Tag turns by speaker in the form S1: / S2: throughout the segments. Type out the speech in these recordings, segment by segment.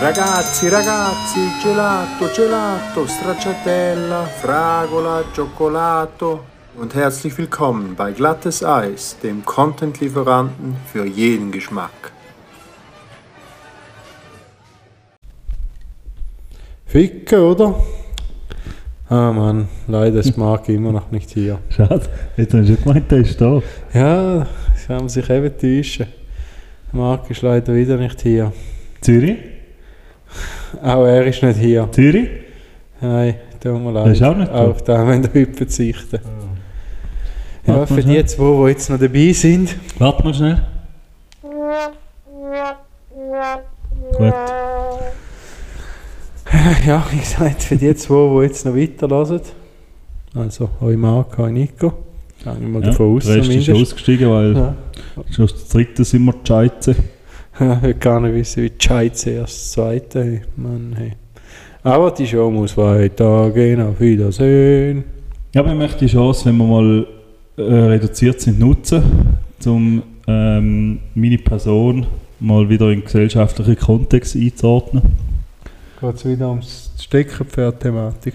S1: Ragazzi, ragazzi, gelato, gelato, stracciatella, fragola, cioccolato und herzlich willkommen bei Glattes Eis, dem Content-Lieferanten für jeden Geschmack.
S2: Ficken, oder? Ah Mann, leider ist Marc immer noch nicht hier.
S3: Schade, jetzt haben schon gemeint, der ist da.
S2: Ja, sie haben sich eben täuschen. Marc ist leider wieder nicht hier.
S3: Zürich?
S2: Auch er ist nicht hier.
S3: Zürich?
S2: Nein, tut mir leid.
S3: Er ist auch nicht da.
S2: Auf da haben wir heute verzichten. Ja,
S3: Warte
S2: für
S3: mal
S2: die
S3: schnell.
S2: zwei, die jetzt noch dabei sind.
S3: Warte mal schnell. Gut.
S2: Ja, wie gesagt, für die zwei, die jetzt noch weiterhören. Also, euer Marc, euer Nico. Gehen wir mal
S3: Ja,
S2: davon aus,
S3: der Rest ist schon ausgestiegen, weil
S2: Ja.
S3: schon aus der dritten sind wir die Scheiße.
S2: Ja, Ich will gar nicht wissen, wie die Scheiße erst das zweite. Hey. Mann, hey. Aber die Show muss weitergehen. Auf Wiedersehen.
S3: Ja, aber ich möchte die Chance, wenn wir mal äh, reduziert sind, nutzen, um ähm, meine Person mal wieder in den gesellschaftlichen Kontext einzuordnen.
S2: Geht es wieder ums Steckerpferd-Thematik?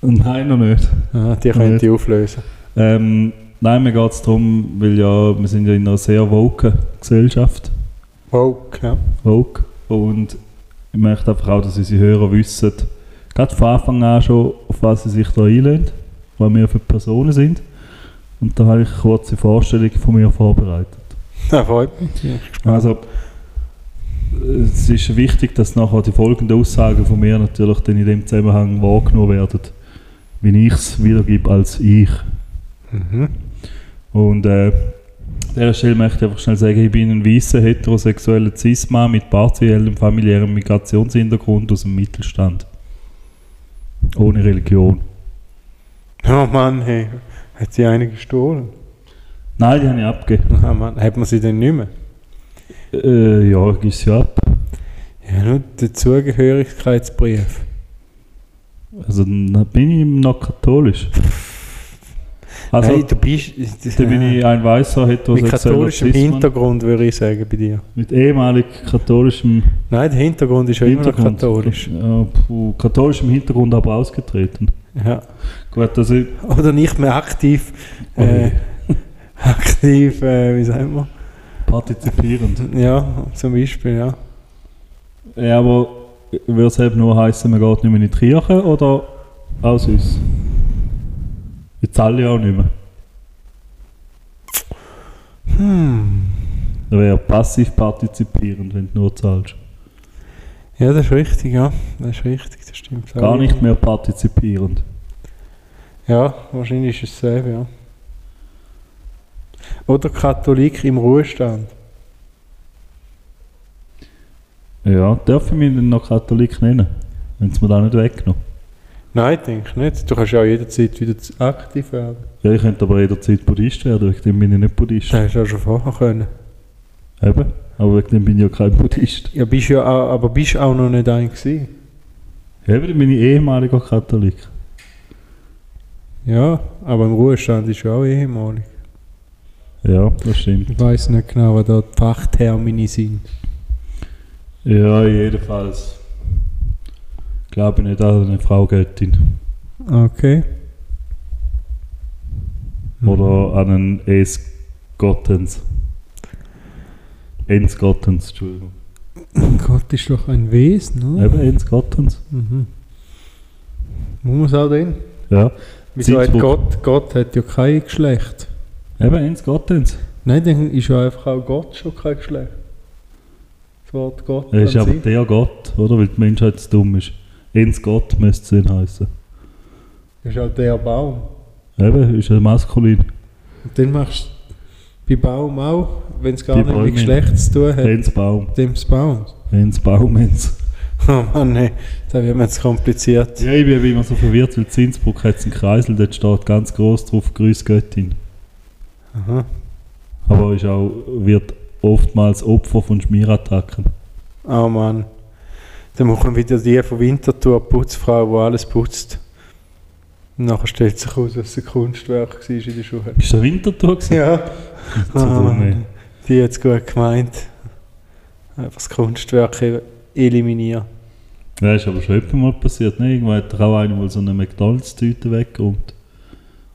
S3: Nein, noch nicht.
S2: Ah, die könnte ich auflösen.
S3: Ähm, nein, mir geht es darum, weil ja, wir sind ja in einer sehr woken Gesellschaft.
S2: Vogue, ja.
S3: Vogue. Und ich möchte einfach auch, dass unsere Hörer wissen, gerade von Anfang an schon, auf was sie sich da einlösen, was wir für Personen sind. Und da habe ich eine kurze Vorstellung von mir vorbereitet.
S2: Das freut mich.
S3: Also, es ist wichtig, dass nachher die folgenden Aussagen von mir natürlich dann in dem Zusammenhang wahrgenommen werden, wie ich es wiedergebe als ich.
S2: Mhm.
S3: Und äh, an dieser Stelle möchte ich einfach schnell sagen, ich bin ein weißer heterosexueller Cis-Mann mit partiellem familiärem Migrationshintergrund aus dem Mittelstand. Ohne Religion.
S2: Oh Mann, hey. Hat sie eine gestohlen?
S3: Nein, die habe ich abgegeben.
S2: Ah, Mann. Hat man sie denn nicht mehr?
S3: Äh, ja, ich gebe sie ab.
S2: Ja, nur der Zugehörigkeitsbrief.
S3: Also dann bin ich noch katholisch. Also
S2: hey, du bist... äh,
S3: dann bin ich ein weißer
S2: mit
S3: heterosexueller
S2: katholischem
S3: Cis-Mann.
S2: Hintergrund, würde ich sagen, bei dir.
S3: Mit ehemalig katholischem
S2: Nein, der Hintergrund ist ja immer noch
S3: Hintergrund.
S2: katholisch.
S3: Ja, puh, katholischem Hintergrund aber ausgetreten.
S2: Ja.
S3: Gut, also ich,
S2: Oder nicht mehr aktiv, äh, aktiv, äh, wie sagt man?
S3: partizipierend.
S2: Ja, zum Beispiel, ja.
S3: Ja, aber würde es eben nur heißen, man geht nicht mehr in die Kirche oder aus uns? Jetzt alle auch nicht mehr.
S2: Hm.
S3: Das wäre passiv partizipierend, wenn du nur zahlst.
S2: Ja, das ist richtig, ja. Das ist richtig, das stimmt.
S3: Gar nicht mehr partizipierend.
S2: Ja, wahrscheinlich ist es dasselbe, ja. Oder Katholik im Ruhestand.
S3: Ja, darf ich mich denn noch Katholik nennen? Wenn es mir da nicht weggenommen.
S2: Nein, denke ich nicht. Du kannst ja jederzeit wieder zu- aktiv werden.
S3: Ja, ich könnte aber jederzeit Buddhist werden, wegen dem bin ich nicht Buddhist.
S2: Das hast du auch schon vorher können.
S3: Eben, aber wegen dem bin ich ja kein Buddhist.
S2: Ja, bist ja auch, aber bist auch noch nicht ein gewesen.
S3: Eben, dann bin ich ehemaliger Katholik.
S2: Ja, aber im Ruhestand ist ja auch ehemalig.
S3: Ja, das stimmt.
S2: Ich weiß nicht genau, was da die Fachtermini sind.
S3: Ja, jedenfalls. Glaube ich nicht an eine Frau Göttin.
S2: Okay.
S3: Oder an einen Es Gottens. Ens Gottens, Entschuldigung.
S2: Hm, Gott ist doch ein Wesen, oder?
S3: Eben Ens Gottens.
S2: Mhm. Muss man es auch denn?
S3: Ja.
S2: Wieso hat
S3: Sitzbuch.
S2: Gott, Gott hat ja kein Geschlecht.
S3: Eben Ens Gottens.
S2: Nein, dann ist ja einfach auch Gott schon kein Geschlecht. Das Wort Gott
S3: Er ist
S2: an
S3: aber
S2: sich.
S3: der Gott, oder? Weil die Menschheit zu dumm ist. Ens Gott müsste es dann heißen.
S2: ist auch der Baum.
S3: Eben, ist er maskulin.
S2: Und dann machst du bei Baum auch, wenn es gar
S3: Die
S2: nicht mit
S3: Bäume.
S2: Geschlecht zu tun hat,
S3: Ens Baum.
S2: dem des Baums.
S3: Ens Baum, Ens.
S2: Oh Mann, ey, da wird mir jetzt kompliziert.
S3: Ja, ich bin immer so verwirrt, weil Zinsbruck hat einen Kreisel, dort steht ganz groß drauf Grüß Göttin.
S2: Aha.
S3: Aber ist auch, wird oftmals Opfer von Schmierattacken.
S2: Oh Mann. Dann machen wieder die von Winterthur, die Putzfrau, die alles putzt. Und nachher stellt sich heraus, dass es ein Kunstwerk war in der Schule.
S3: Ist der Winterthur gewesen?
S2: Ja.
S3: Zu dumm, ey. e-
S2: die hat es gut gemeint. Einfach das Kunstwerk eliminieren.
S3: Ja, ist aber schon öfter mal passiert. Ne? Irgendwann hat doch auch einmal so eine McDonalds-Tüte weggeräumt,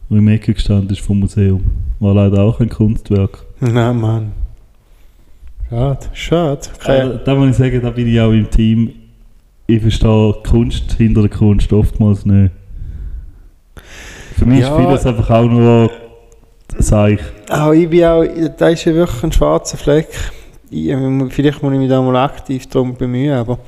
S3: die im Ecke gestanden ist vom Museum. War leider auch ein Kunstwerk.
S2: Na Mann. Schade, schade.
S3: Also, da muss ich sagen, da bin ich auch im Team. Ich verstehe Kunst hinter der Kunst oftmals nicht. Für mich
S2: Ja.
S3: ist vieles einfach auch nur Seich.
S2: Auch ich bin auch, da ist ja wirklich ein schwarzer Fleck. Ich, ähm, vielleicht muss ich mich da mal aktiv darum bemühen, aber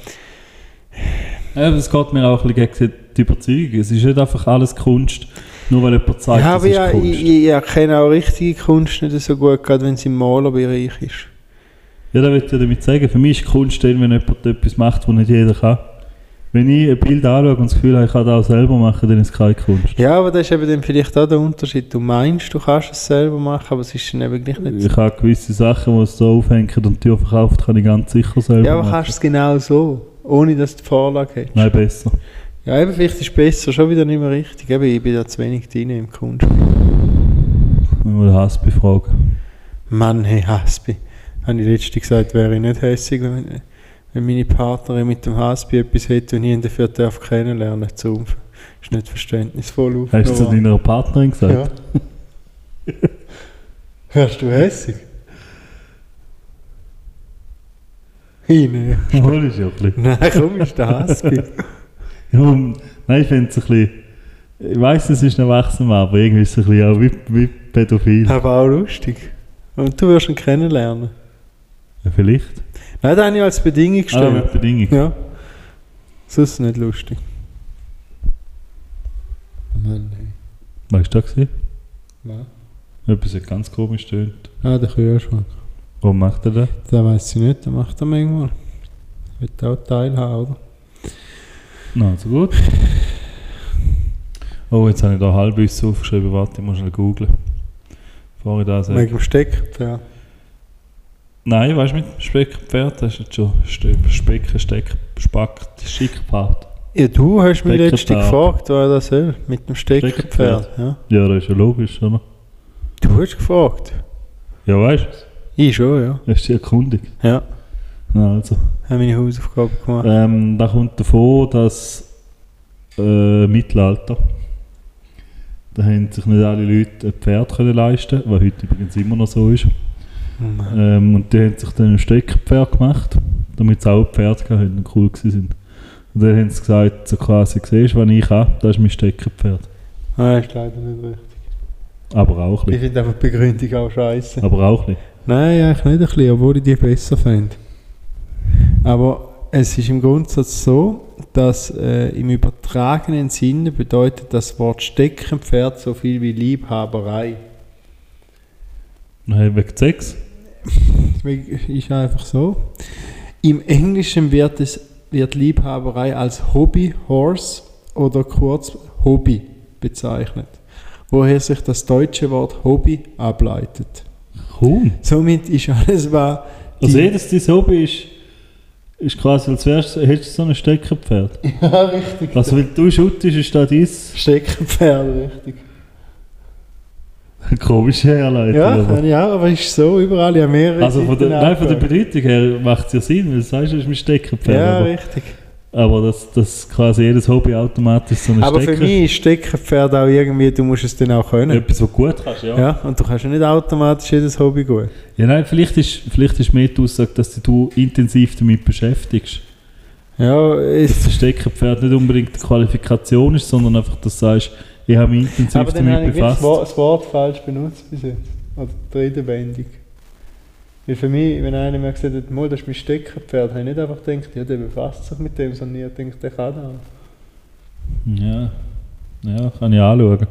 S3: Ja, aber es geht mir auch ein bisschen gegen die Überzeugung. Es ist nicht einfach alles Kunst, nur weil jemand zeigt,
S2: ja,
S3: das
S2: aber
S3: ist
S2: ja,
S3: Kunst.
S2: ich, ich erkenne auch richtige Kunst nicht so gut, gerade wenn sie im Malerbereich ist.
S3: Ja, da will ich ja damit sagen, für mich ist Kunst dann, wenn jemand etwas macht, was nicht jeder kann. Wenn ich ein Bild anschaue und das Gefühl habe, ich kann das auch selber machen, dann ist es keine Kunst.
S2: Ja, aber das ist eben dann vielleicht auch der Unterschied. Du meinst, du kannst es selber machen, aber es ist dann eben gleich nicht so.
S3: Ich habe gewisse Sachen, die es so aufhängen und die Tür verkauft, kann ich ganz sicher selber
S2: Ja, aber
S3: machen.
S2: kannst du es genau so, ohne dass du die Vorlage hast.
S3: Nein, besser.
S2: Ja, eben, vielleicht ist besser, schon wieder nicht mehr richtig. Eben, ich bin da zu wenig drin im Kunst.
S3: Wenn wir den Hass befragen.
S2: Mann, hey, Haspi. Habe ich letztens gesagt, wäre ich nicht hässig, wenn, wenn meine Partnerin mit dem Haspi etwas hätte und ich ihn dafür darf kennenlernen zu Ist nicht verständnisvoll auf.
S3: Hast du zu deiner Partnerin gesagt?
S2: Ja. Hörst du hässig? Ich nicht.
S3: Obwohl, ist ja ein bisschen.
S2: Nein, komm, ist der Haspi.
S3: Ja, um- nein, ich finde es ein bisschen. Ich weiss, es ist ein Erwachsener, aber irgendwie ist es ein bisschen auch wie, wie pädophil.
S2: Aber auch lustig. Und du wirst ihn kennenlernen.
S3: Ja, vielleicht. Ah,
S2: Nein, das habe ich als Bedingung
S3: Aber
S2: gestellt.
S3: mit Bedingung.
S2: Ja. Sonst nicht lustig. Oh Mann, ey.
S3: Weißt du das gesehen?
S2: Nein.
S3: Etwas hat ganz komisch tönt.
S2: Ah, der Kühlschrank.
S3: Warum macht er das?
S2: Den weiß ich nicht, den macht er manchmal. Wird auch teilhaben, oder?
S3: Na, so gut. Oh, jetzt habe ich da Halbwissen aufgeschrieben. Warte, ich muss schnell googeln. Bevor ich da sage.
S2: Wegen dem Stecker, ja.
S3: Nein, weißt du, mit Speckpferd hast du jetzt schon Ste- Speck, Steck, Spack, Schickpfad.
S2: Ja, du hast mich
S3: Stecker
S2: letztens
S3: da.
S2: gefragt, was das soll, mit dem Steckerpferd. Ja.
S3: Ja, das ist ja logisch, oder?
S2: Du hast gefragt.
S3: Ja, weißt du? es?
S2: Ich schon, ja.
S3: Hast du dich erkundigt?
S2: Ja,
S3: Na, also.
S2: habe meine Hausaufgabe gemacht.
S3: Ähm, da kommt davon, dass äh, Mittelalter. Da haben sich nicht alle Leute ein Pferd können leisten, was heute übrigens immer noch so ist.
S2: Oh Mann.
S3: Ähm, und die haben sich dann ein Steckpferd gemacht, damit sie auch ein Pferd gehabt haben und cool gewesen sind. Und dann haben sie gesagt, so quasi, siehst du, was ich habe, das ist mein Steckerpferd.
S2: Nein, Ah, ist leider nicht richtig.
S3: Aber auch ein
S2: Ich
S3: bisschen.
S2: finde einfach die Begründung auch scheiße.
S3: Aber auch ein bisschen.
S2: Nein, eigentlich nicht ein bisschen, obwohl ich die besser fände. Aber es ist im Grundsatz so, dass äh, im übertragenen Sinne bedeutet das Wort Steckenpferd so viel wie Liebhaberei.
S3: Dann haben wir wegen Sex.
S2: Deswegen Ist einfach so. Im Englischen wird, es, wird Liebhaberei als Hobby Horse oder kurz Hobby bezeichnet, woher sich das deutsche Wort Hobby ableitet.
S3: Komm.
S2: Somit ist alles wahr.
S3: Also jedes dein Hobby ist, ist quasi, als wärst, du- hättest du so ein Steckerpferd.
S2: ja, richtig.
S3: Also weil du schuttest, ist das dein
S2: Steckenpferd, richtig.
S3: komische Herleitung.
S2: Ja, genau,
S3: aber.
S2: ja, aber ist so überall ja mehrere.
S3: Also von der,
S2: Seiten
S3: nein, von der
S2: angehört.
S3: Bedeutung her macht es ja Sinn, weil du sagst, das ist mein Steckerpferd.
S2: Ja,
S3: aber
S2: richtig.
S3: aber dass, dass quasi jedes Hobby automatisch so ein
S2: Aber für
S3: Stecker-
S2: mich ist Steckenpferd auch irgendwie, du musst es dann auch können.
S3: Etwas, was du gut kannst, ja.
S2: Ja. und du kannst ja nicht automatisch jedes Hobby gut.
S3: Ja, nein, vielleicht ist, vielleicht ist mehr die Aussage, dass dich du intensiv damit beschäftigst.
S2: Ja,
S3: Dass
S2: es,
S3: das Steckerpferd nicht unbedingt die Qualifikation ist, sondern einfach, dass du sagst, ich habe mich intensiv
S2: aber dann habe
S3: damit
S2: ich wirklich
S3: befasst.
S2: das Wort- das Wort falsch benutzt bis jetzt. Oder die Redewendung. Weil für mich, wenn einer mir gesagt hat, «Mo, das ist mein Steckenpferd, habe ich nicht einfach gedacht, ja, der befasst sich mit dem, sondern ich habe gedacht, der kann das. auch.»
S3: Ja. ja, kann ich anschauen.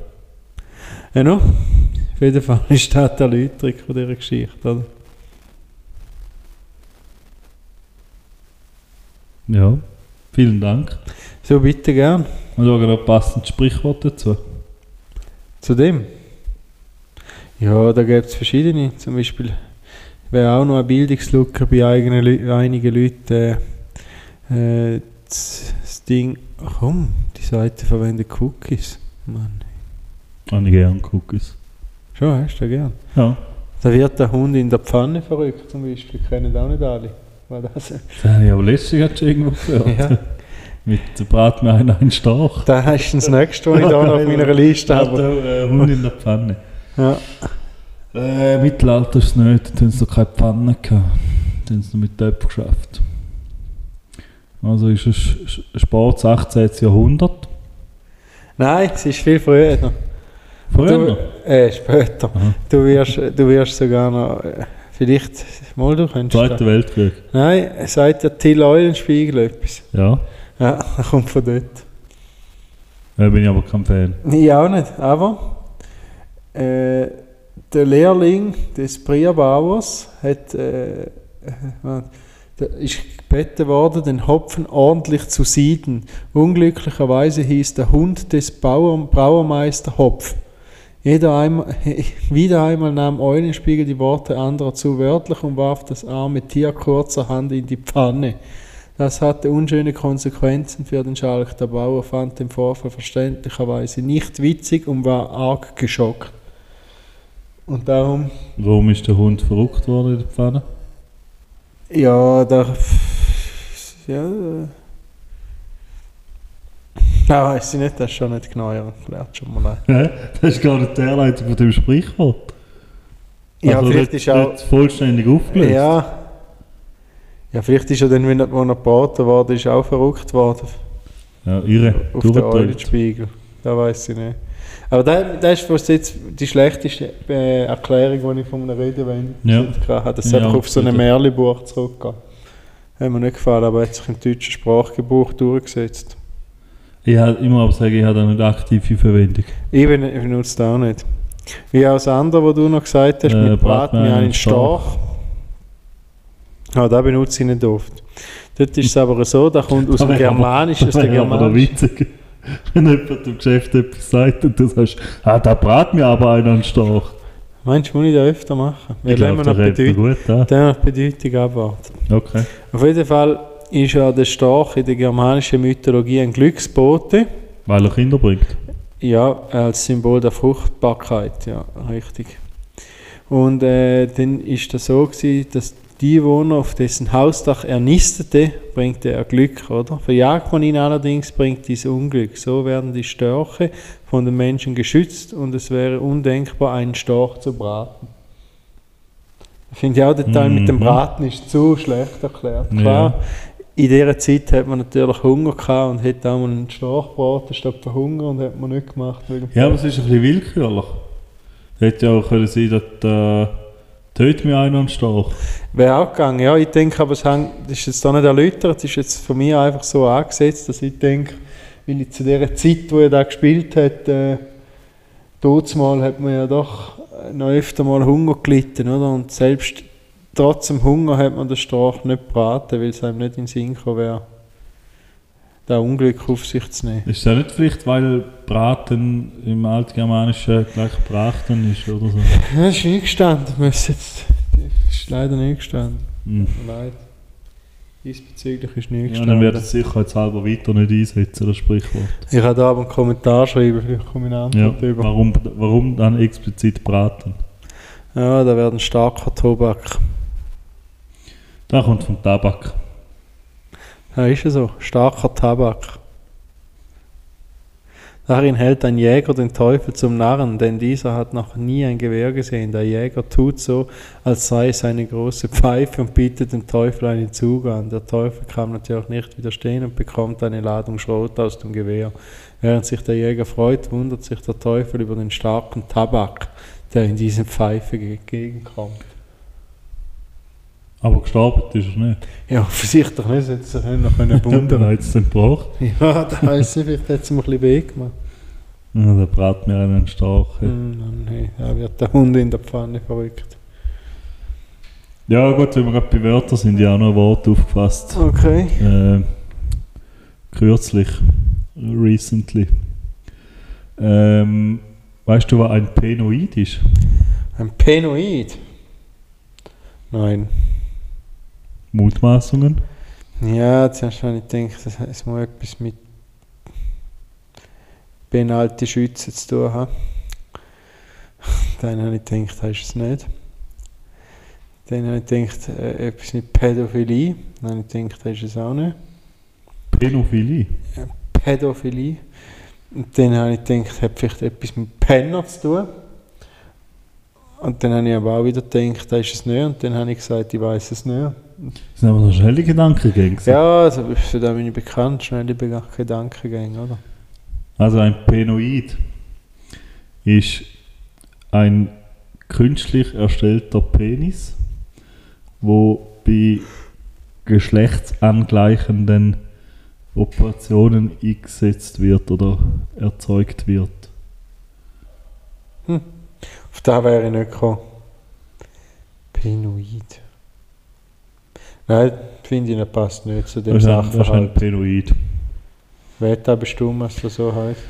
S2: Ja, no. Auf jeden Fall ist das die Erläuterung von dieser Geschichte, oder?
S3: Ja, vielen Dank.
S2: So, bitte, gern.
S3: Wir schauen noch passendes Sprichwort dazu.
S2: Zu dem? Ja, da gibt es verschiedene. Zum Beispiel wäre auch noch eine Bildungslücke bei eigenen Leu einigen Leuten äh, äh, das, das Ding. Ach komm, die Seite verwendet Cookies. Mann,
S3: Habe ich gerne Cookies.
S2: schon hast du ja gern.
S3: Ja.
S2: Da wird der Hund in der Pfanne verrückt, zum Beispiel. Kennen auch nicht alle. Weil das,
S3: Das habe ich aber letztens gerade schon irgendwo gehört.
S2: ja.
S3: Mit brat mir einen, einen Stach.
S2: Dann hast du das nächste, was ich da noch auf meiner Liste habe.
S3: Alter, äh, Hund in der Pfanne.
S2: Ja.
S3: Äh, Mittelalter ist es nicht, da haben sie noch keine Pfanne gehabt. Da haben sie noch mit Töpfen geschafft. Also ist es Sch- Sch- Sport des 18. Jahrhundert.
S2: Nein, es ist viel früher. noch.
S3: Früher. noch.
S2: Du, äh, später.
S3: Aha.
S2: Du wirst, du wirst sogar noch. äh, Vielleicht. Mal, du könntest. da-
S3: Zweiter Weltkrieg.
S2: Nein, sagt der Till Eulenspiegel etwas.
S3: Ja.
S2: Ja, er kommt von dort.
S3: Da bin ich aber kein Fan.
S2: Ich auch nicht, aber äh, der Lehrling des Brierbauers hat, äh, äh, warte, der ist gebeten worden, den Hopfen ordentlich zu sieden. Unglücklicherweise hieß der Hund des Bauer, Brauermeister Hopf. Jeder einmal, wieder einmal nahm Eulenspiegel die Worte anderer zu wörtlich und warf das arme Tier kurzerhand in die Pfanne. Das hatte unschöne Konsequenzen für den Schalk. Der Bauer fand den Vorfall verständlicherweise also nicht witzig und war arg geschockt. Und darum,
S3: Warum ist der Hund verrückt worden in der Pfanne?
S2: ja, da. Ja. Nein, weiß ich nicht, das ist schon nicht genau ja, erklärt, schon mal leid.
S3: Hä? das ist gar nicht die Herleitung von dem Sprichwort.
S2: Ja,
S3: Also
S2: vielleicht
S3: nicht-
S2: ist auch.
S3: nicht vollständig aufgelöst.
S2: Ja. Ja, vielleicht ist er dann, wenn er wo er gebraten worden ist, auch verrückt worden.
S3: Ja, irre.
S2: auf den
S3: Durchgedreht.
S2: Eulenspiegel. Da weiß ich nicht. Aber das, das ist was jetzt die schlechteste äh, Erklärung, die ich von einem Redewendung
S3: Ja.
S2: hatte. Das ist
S3: Ja,
S2: einfach auf so ein
S3: bitte.
S2: Märchenbuch zurückgegangen. Hat mir nicht gefallen, aber hat sich im deutschen Sprachgebrauch durchgesetzt.
S3: Ich hab- ich muss aber sagen, ich habe da nicht aktive Verwendung.
S2: Ich ben- ich benutze das auch nicht. Wie auch das andere, was du noch gesagt hast,
S3: Äh,
S2: mit Braten
S3: Bratmehl
S2: einen
S3: und Storch.
S2: Storch. Ah, das benutze ich nicht oft. Dort ist es aber so, da kommt aus
S3: Da
S2: dem
S3: wär aber-
S2: Germanischen, aus
S3: Das
S2: der
S3: wäre aber noch
S2: Germanischen.
S3: witzig, wenn jemand im Geschäft etwas sagt und du sagst, ah, da brat mir aber einer einen Stach.
S2: Meinst du, muss ich das öfter machen?
S3: Ich
S2: Wir
S3: glaube,
S2: lernen
S3: der
S2: noch
S3: redet
S2: Bedeutung.
S3: mir gut an.
S2: Dann noch die Bedeutung abwarten.
S3: Okay.
S2: Auf jeden Fall ist ja der Storch in der germanischen Mythologie ein Glücksbote.
S3: Weil er Kinder bringt.
S2: Ja, als Symbol der Fruchtbarkeit, ja, richtig. Und äh, dann ist das so gewesen, dass die Wohner, auf dessen Hausdach er nistete, bringte er Glück, oder? Verjagt man ihn allerdings, bringt dies Unglück. So werden die Störche von den Menschen geschützt und es wäre undenkbar, einen Storch zu braten. Ich finde ja auch, der Teil mit dem
S3: Mhm.
S2: Braten ist zu schlecht erklärt.
S3: Ja.
S2: Klar, in dieser Zeit hat man natürlich Hunger gehabt und hat auch mal einen Storch gebraten, statt von Hunger und hat man nicht gemacht. Wegen
S3: Ja, aber es ist ein bisschen willkürlich. Hätte ja auch können sein dass äh, tötet mir einer einen Stach.
S2: Wäre auch gegangen, ja. Ich denke aber, es hängt- das ist jetzt da nicht erläutert, es ist jetzt von mir einfach so angesetzt, dass ich denke, weil ich zu der Zeit, wo er da gespielt hat, äh, mal hat man ja doch noch öfter mal Hunger gelitten, oder? Und selbst trotz dem Hunger hat man den Strach nicht gebraten, weil es einem nicht in den Sinn gekommen wäre, da Unglück auf sich zu nehmen.
S3: Ist das nicht vielleicht, weil Braten im Altgermanischen gleich Brachten ist oder so?
S2: Das ist nicht gestanden, das ist leider nicht gestanden.
S3: Hm.
S2: Leid. Diesbezüglich ist nicht
S3: Ja,
S2: gestanden.
S3: dann werde ich sicher jetzt halber weiter nicht einsetzen, das Sprichwort.
S2: Ich kann da aber einen Kommentar schreiben, vielleicht komme ich eine
S3: Ja,
S2: Antwort über.
S3: warum, warum dann explizit Braten?
S2: Ja, da wäre ein starker Tobak.
S3: Da kommt vom Tabak.
S2: Ja, ist ja so. Starker Tabak. Darin hält ein Jäger den Teufel zum Narren, denn dieser hat noch nie ein Gewehr gesehen. Der Jäger tut so, als sei es eine große Pfeife und bietet dem Teufel einen Zugang. Der Teufel kann natürlich nicht widerstehen und bekommt eine Ladung Schrot aus dem Gewehr. Während sich der Jäger freut, wundert sich der Teufel über den starken Tabak, der in diesem Pfeife entgegenkommt.
S3: Aber gestorben ist er nicht.
S2: Ja, offensichtlich nicht, sonst hätte er noch können wundern
S3: Wunder hat es dann gebracht.
S2: Ja, da weiss ich, vielleicht hat es mir ein bisschen weh gemacht.
S3: Ja, da brat mir einen Stach.
S2: Hm, nee, da wird der Hund in der Pfanne verrückt.
S3: Ja gut, wenn wir gerade bei Wörtern sind, ja auch noch ein Wort aufgefasst.
S2: Okay.
S3: Äh, kürzlich. Recently. Ähm, weißt du, was ein Penoid ist?
S2: Ein Penoid? Nein.
S3: Mutmaßungen?
S2: Ja, zuerst habe ich gedacht, das- es muss etwas mit penalte Schützen zu tun haben. Dann habe ich gedacht, das ist es nicht. Dann habe ich gedacht, äh, etwas mit Pädophilie. Dann habe ich gedacht, das ist es auch nicht.
S3: Pädophilie.
S2: Pädophilie. Und dann habe ich gedacht, hat vielleicht etwas mit Penner zu tun. Und dann habe ich aber auch wieder gedacht, da ist es nicht. Und dann habe ich gesagt, ich weiß es nicht.
S3: Das sind einfach so schnelle Gedankengänge. gewesen.
S2: Ja, also für da bin ich bekannt, schnelle Be- Gedankengänge, oder?
S3: Also ein Penoid ist ein künstlich erstellter Penis, wo bei geschlechtsangleichenden Operationen eingesetzt wird oder erzeugt wird.
S2: Auf da wäre ich nicht gekommen. Pinoid. Nein, finde ich, das passt nicht zu dem
S3: Das ist ein, das ist ein
S2: Sachverhalt.
S3: Penoid.
S2: Wer hat da bestimmt, was das so heißt?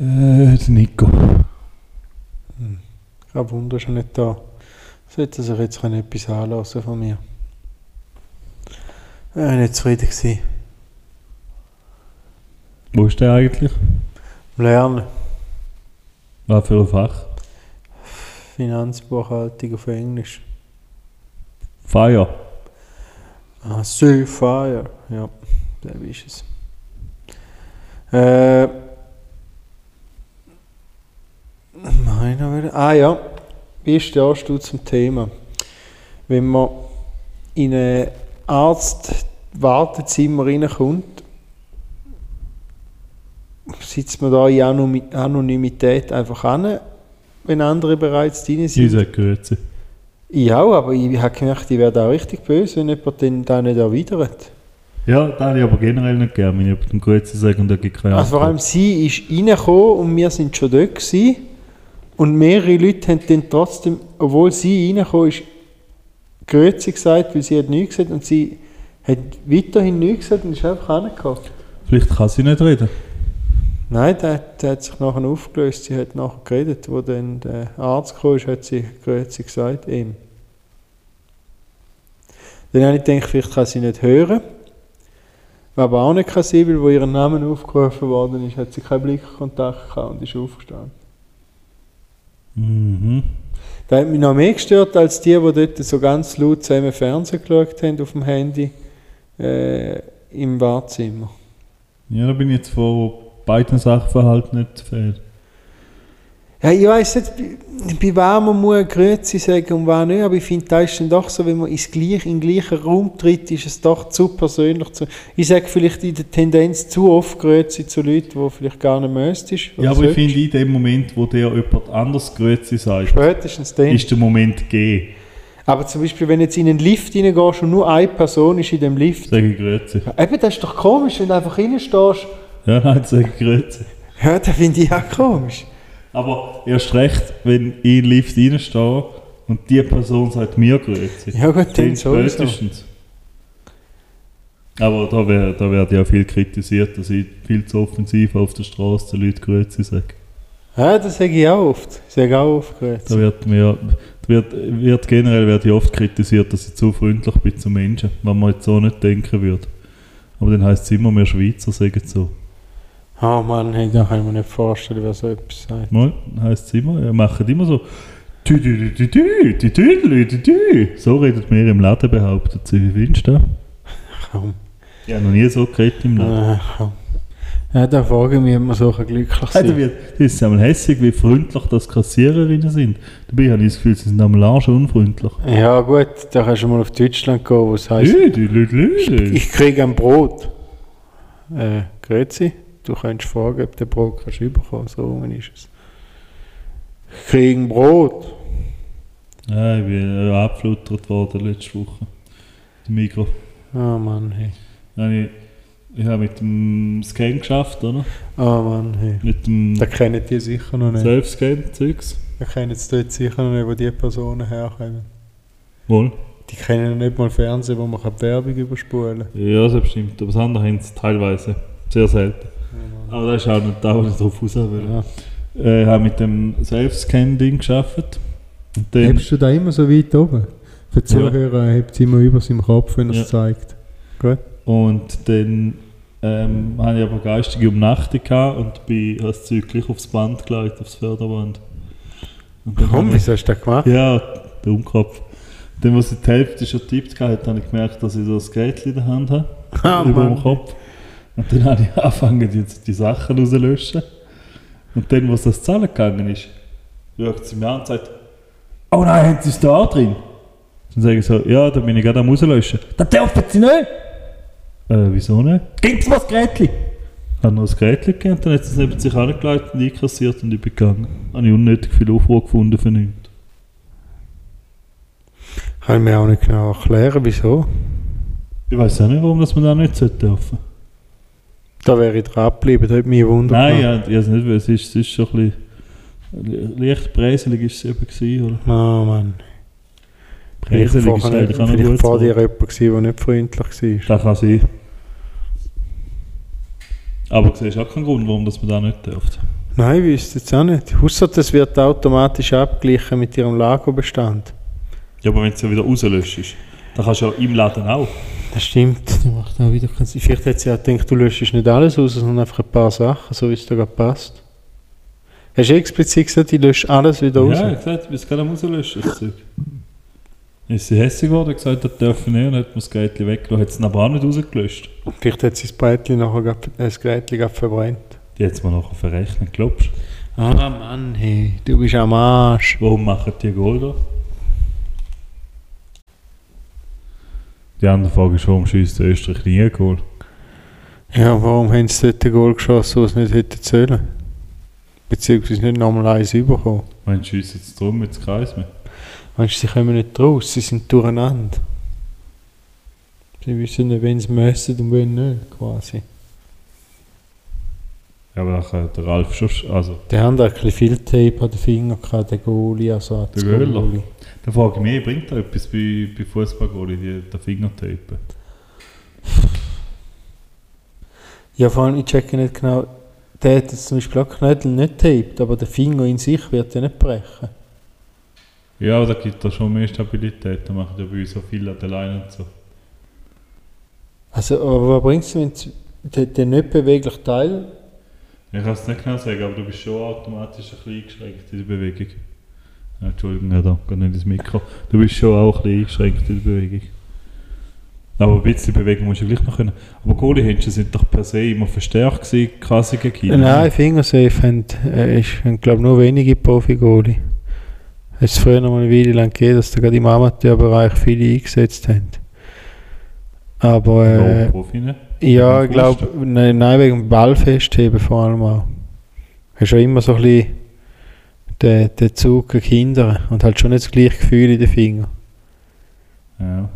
S3: Äh, der Nico.
S2: Kein Wunder, schon nicht da. Sollte sich jetzt können etwas anlassen von mir. Ich war nicht zufrieden. Gewesen.
S3: Wo ist der eigentlich?
S2: Am Lernen.
S3: Was für ein Fach?
S2: Finanzbuchhaltung auf Englisch.
S3: Feier.
S2: Ah, Surefire. Ja, der ist es. Äh. Meine wieder. Ah ja. Wie stehst du zum Thema? Wenn man in ein Arzt-Wartezimmer reinkommt, sitzt man da in Anomi- Anonymität einfach an, wenn andere bereits drin
S3: Sie
S2: sind.
S3: sagt Grüezi.
S2: Ich auch, aber ich habe gemerkt, ich werde auch richtig böse, wenn jemand den da nicht erwidert.
S3: Ja, das habe ich aber generell nicht gern, wenn ich den Grüezi sage und da gibt keine
S2: Also vor allem
S3: Antwort.
S2: sie ist reingekommen und wir sind schon dort gewesen. Und mehrere Leute haben dann trotzdem, obwohl sie reingekommen ist, Grüezi gesagt, weil sie hat nichts gesagt und sie hat weiterhin nichts gesagt und ist einfach angekommen.
S3: Vielleicht kann sie nicht reden.
S2: Nein, der, der hat sich nachher aufgelöst, sie hat nachher geredet. Wo dann der Arzt gekommen ist, hat sie Grüezi gesagt, ihm. Dann habe ich gedacht, vielleicht kann sie nicht hören. Was aber auch nicht kann sein, weil wo ihr Name aufgerufen worden ist, hat sie keinen Blickkontakt gehabt und ist aufgestanden.
S3: Mhm.
S2: Das hat mich noch mehr gestört als die, die dort so ganz laut zusammen Fernsehen geschaut haben auf dem Handy äh, im Badezimmer.
S3: Ja, da bin ich jetzt vor beiden Sachverhalten nicht fehlt.
S2: Ja, ich weiß nicht, bei- bei wem man muss Grüezi sagen und wem nicht, aber ich finde, da ist dann doch so, wenn man ins gleich, in den gleichen Raum tritt, ist es doch zu persönlich. Zu, ich sage vielleicht in der Tendenz zu oft Grüezi zu Leuten, die vielleicht gar nicht möst ist.
S3: Ja, aber ich
S2: sollte.
S3: finde, in dem Moment, wo der jemand anders Grüezi sagt,
S2: Spätestens dann.
S3: ist der Moment G.
S2: aber zum Beispiel, wenn jetzt in einen Lift reingehst und nur eine Person ist in dem Lift.
S3: Sage ich Grüezi.
S2: Ja, eben, das ist doch komisch, wenn du einfach reinstehst.
S3: Ja, nein, sage ich Grüezi.
S2: Ja, das finde ich auch komisch.
S3: Aber erst recht, wenn ich in den Lift reinstehe und die Person sagt mir Grüezi.
S2: Ja gut, dann
S3: Dann
S2: sowieso.
S3: spätestens. Aber da wird da werd ja viel kritisiert, dass ich viel zu offensiv auf der Straße den Leuten Grüezi sage.
S2: Ja, das sage ich auch oft. Ich sage auch oft Grüezi.
S3: Da wird mir da wird, wird generell werde ich oft kritisiert, dass ich zu freundlich bin zu Menschen, wenn man jetzt so nicht denken würde. Aber dann heißt es immer mehr Schweizer sagen so.
S2: Oh Mann, hey, da kann ich mir nicht vorstellen, wer so etwas sagt.
S3: Mal heißt es immer, ja, machen immer so. Tü, tü, tü, tü, tü, tü, tü, tü, tü. So redet mir im Laden behauptet sie. Wie findest du das?
S2: Komm.
S3: Ich habe noch nie so geredet im Laden.
S2: Ach, komm. Ja, da fragen wir, ob man so glücklich
S3: Nein, da
S2: sein
S3: wird, Also, das ist einmal hässlich, wie freundlich das Kassiererinnen sind. Dabei habe ich das Gefühl, sie sind am Large unfreundlich.
S2: Ja gut, da kannst du mal auf Deutschland gehen, wo es heisst,
S3: Lü, lü, lü, lü.
S2: ich kriege ein Brot. Äh, grüezi, du kannst fragen, ob du Brot kannst überkommen, so rum ist es. Ich kriege ein Brot.
S3: Ja, ich bin äh, abfluttert worden letzte Woche. Im Mikro.
S2: Oh Mann, hey.
S3: Da habe Ich, ich habe mit dem Scan geschafft, oder?
S2: Oh Mann, hey.
S3: Mit dem
S2: Da kennen die sicher noch nicht.
S3: Self-Scan-Zeugs.
S2: Da kennen sie dort sicher noch nicht, wo die Personen herkommen.
S3: Wohl.
S2: Die kennen noch nicht mal Fernsehen, wo man die Werbung überspulen kann.
S3: Ja, das stimmt. Aber das andere haben sie teilweise. Sehr selten. Aber das ist auch nicht da, wo ich drauf raus will.
S2: Ja.
S3: Äh, ich habe mit dem Self-Scan-Ding geschafft. Und dann-
S2: Hebst du da immer so weit oben? Für die
S3: Ja.
S2: Zuhörer hebt es immer über seinem Kopf, wenn er es
S3: Ja.
S2: zeigt. Gut.
S3: Und dann ähm, hatte ich aber geistige Umnachtung gehabt und bin, habe das Zeug gleich aufs Band gelegt, aufs Förderband. Und dann habe
S2: hast du das gemacht?
S3: ich, ja, Dummkopf. Dann, als ich die Hälfte schon getippt hatte, habe ich gemerkt, dass ich so ein Gerät in der Hand habe.
S2: Ah,
S3: über
S2: Mann.
S3: dem Kopf. Und dann habe ich angefangen, jetzt die Sachen rauszulöschen. Und dann, was das zahlen gegangen ist, schaut sie mir an und sagt, oh nein, haben sie es da auch drin? Dann sage ich so, ja, dann bin ich gerade am rauslöschen. Das dürfen sie nicht! Äh, wieso nicht? Gib mir das Gerätchen! Hat noch das Gerätchen gegeben und dann hat sie es neben sich angelegt und einkassiert und ich bin gegangen. Habe ich unnötig viel Aufruhr gefunden für nichts.
S2: Kann ich mir auch nicht genau erklären, wieso.
S3: Ich weiß auch nicht, warum das man da nicht dürfen sollte.
S2: Da wäre ich dran geblieben, da hat mich wundert.
S3: Nein,
S2: genommen.
S3: ja, ich weiß nicht, weil es ist, es ist schon ein bisschen leicht bräselig ist es eben gewesen, oder?
S2: Oh Mann. Vielleicht
S3: Bräselig ist
S2: vorher nicht-
S3: eigentlich auch noch
S2: vielleicht
S3: gut. so.
S2: vor dir jemand, gewesen, der nicht freundlich war.
S3: Das kann sein. Aber du siehst auch keinen Grund, warum das man da nicht dürfte.
S2: Nein, ich wüsste jetzt auch nicht. Außer das wird automatisch abgeglichen mit ihrem Lagerbestand.
S3: Ja, aber wenn du es ja wieder rauslöschst, dann kannst du ja im Laden auch.
S2: Das stimmt. Das macht auch wieder keinen Sinn. Vielleicht hat sie auch gedacht, du löschst nicht alles raus, sondern einfach ein paar Sachen, so wie es dir gerade passt. Hast du explizit gesagt, ich lösche alles wieder raus?
S3: Ja, ich gesagt, du bist gerade am rauslöschen, das Zeug. Dann Ist sie hässlich geworden, hat gesagt, das dürfen nicht, und hat mir das Geitli weggelassen, hat es aber auch nicht rausgelöscht.
S2: Vielleicht hat sie das Breitli nachher grad, äh, das Gerätli grad verbrennt.
S3: Die hat es mir nachher verrechnet, glaubst du?
S2: Ah Mann, hey, du bist am Arsch.
S3: Warum machen die Golder? Die andere Frage ist, warum schießt Österreich nie Goal?
S2: Ja, warum haben sie dort ein Goal geschossen, was sie nicht hätten sollen? Beziehungsweise nicht nochmal eins überkommen.
S3: Man schießt jetzt drum mit dem Kreis mehr.
S2: Weißt du, sie kommen nicht raus, sie sind durcheinander. Sie wissen nicht, wen sie messen und wen nicht, quasi.
S3: Ja, aber dann kann der Ralf schon. sch- Also,
S2: Die haben da ein bisschen viel Tape an den Fingern gehabt, der Goalie, also an
S3: Der
S2: das
S3: Göller.
S2: Goalie.
S3: dann frage ich mich, bringt da etwas bei, bei Fußballgoal, die den Fingertape?
S2: Ja, vor allem, ich checke nicht genau, der hat jetzt zum Beispiel auch Knödel nicht taped, aber der Finger in sich wird ja nicht brechen.
S3: Ja, aber da gibt da schon mehr Stabilität. Da machen ja bei uns so viel an der Leine und so.
S2: Also, aber was bringt es, wenn du den, den nicht beweglichen Teil...
S3: Ich kann es nicht genau sagen, aber du bist schon automatisch ein bisschen eingeschränkt in der Bewegung. Ah, Entschuldigung, ja, da geht nicht ins Mikro. Du bist schon auch ein bisschen eingeschränkt in der Bewegung. Aber ein bisschen Bewegung musst du gleich noch können. Aber Goalie-Händchen sind doch per se immer verstärkt gewesen, quasi gegen
S2: Nein, Fingersafe haben, äh, ist- haben glaube nur wenige Profi-Goalie. Es ist früher noch mal eine Weile lang gegeben, dass da gerade im Amateurbereich viele eingesetzt haben. Aber... Äh,
S3: Äh, Profi, ne?
S2: Ja, ich
S3: Wegen dem
S2: glaube,
S3: Fußstück?
S2: nein, nein, wegen dem Ball festheben vor allem auch. Hast ja immer so ein bisschen den, den Zug gegen Kinder und halt schon nicht das gleiche Gefühl in den Fingern.
S3: Ja.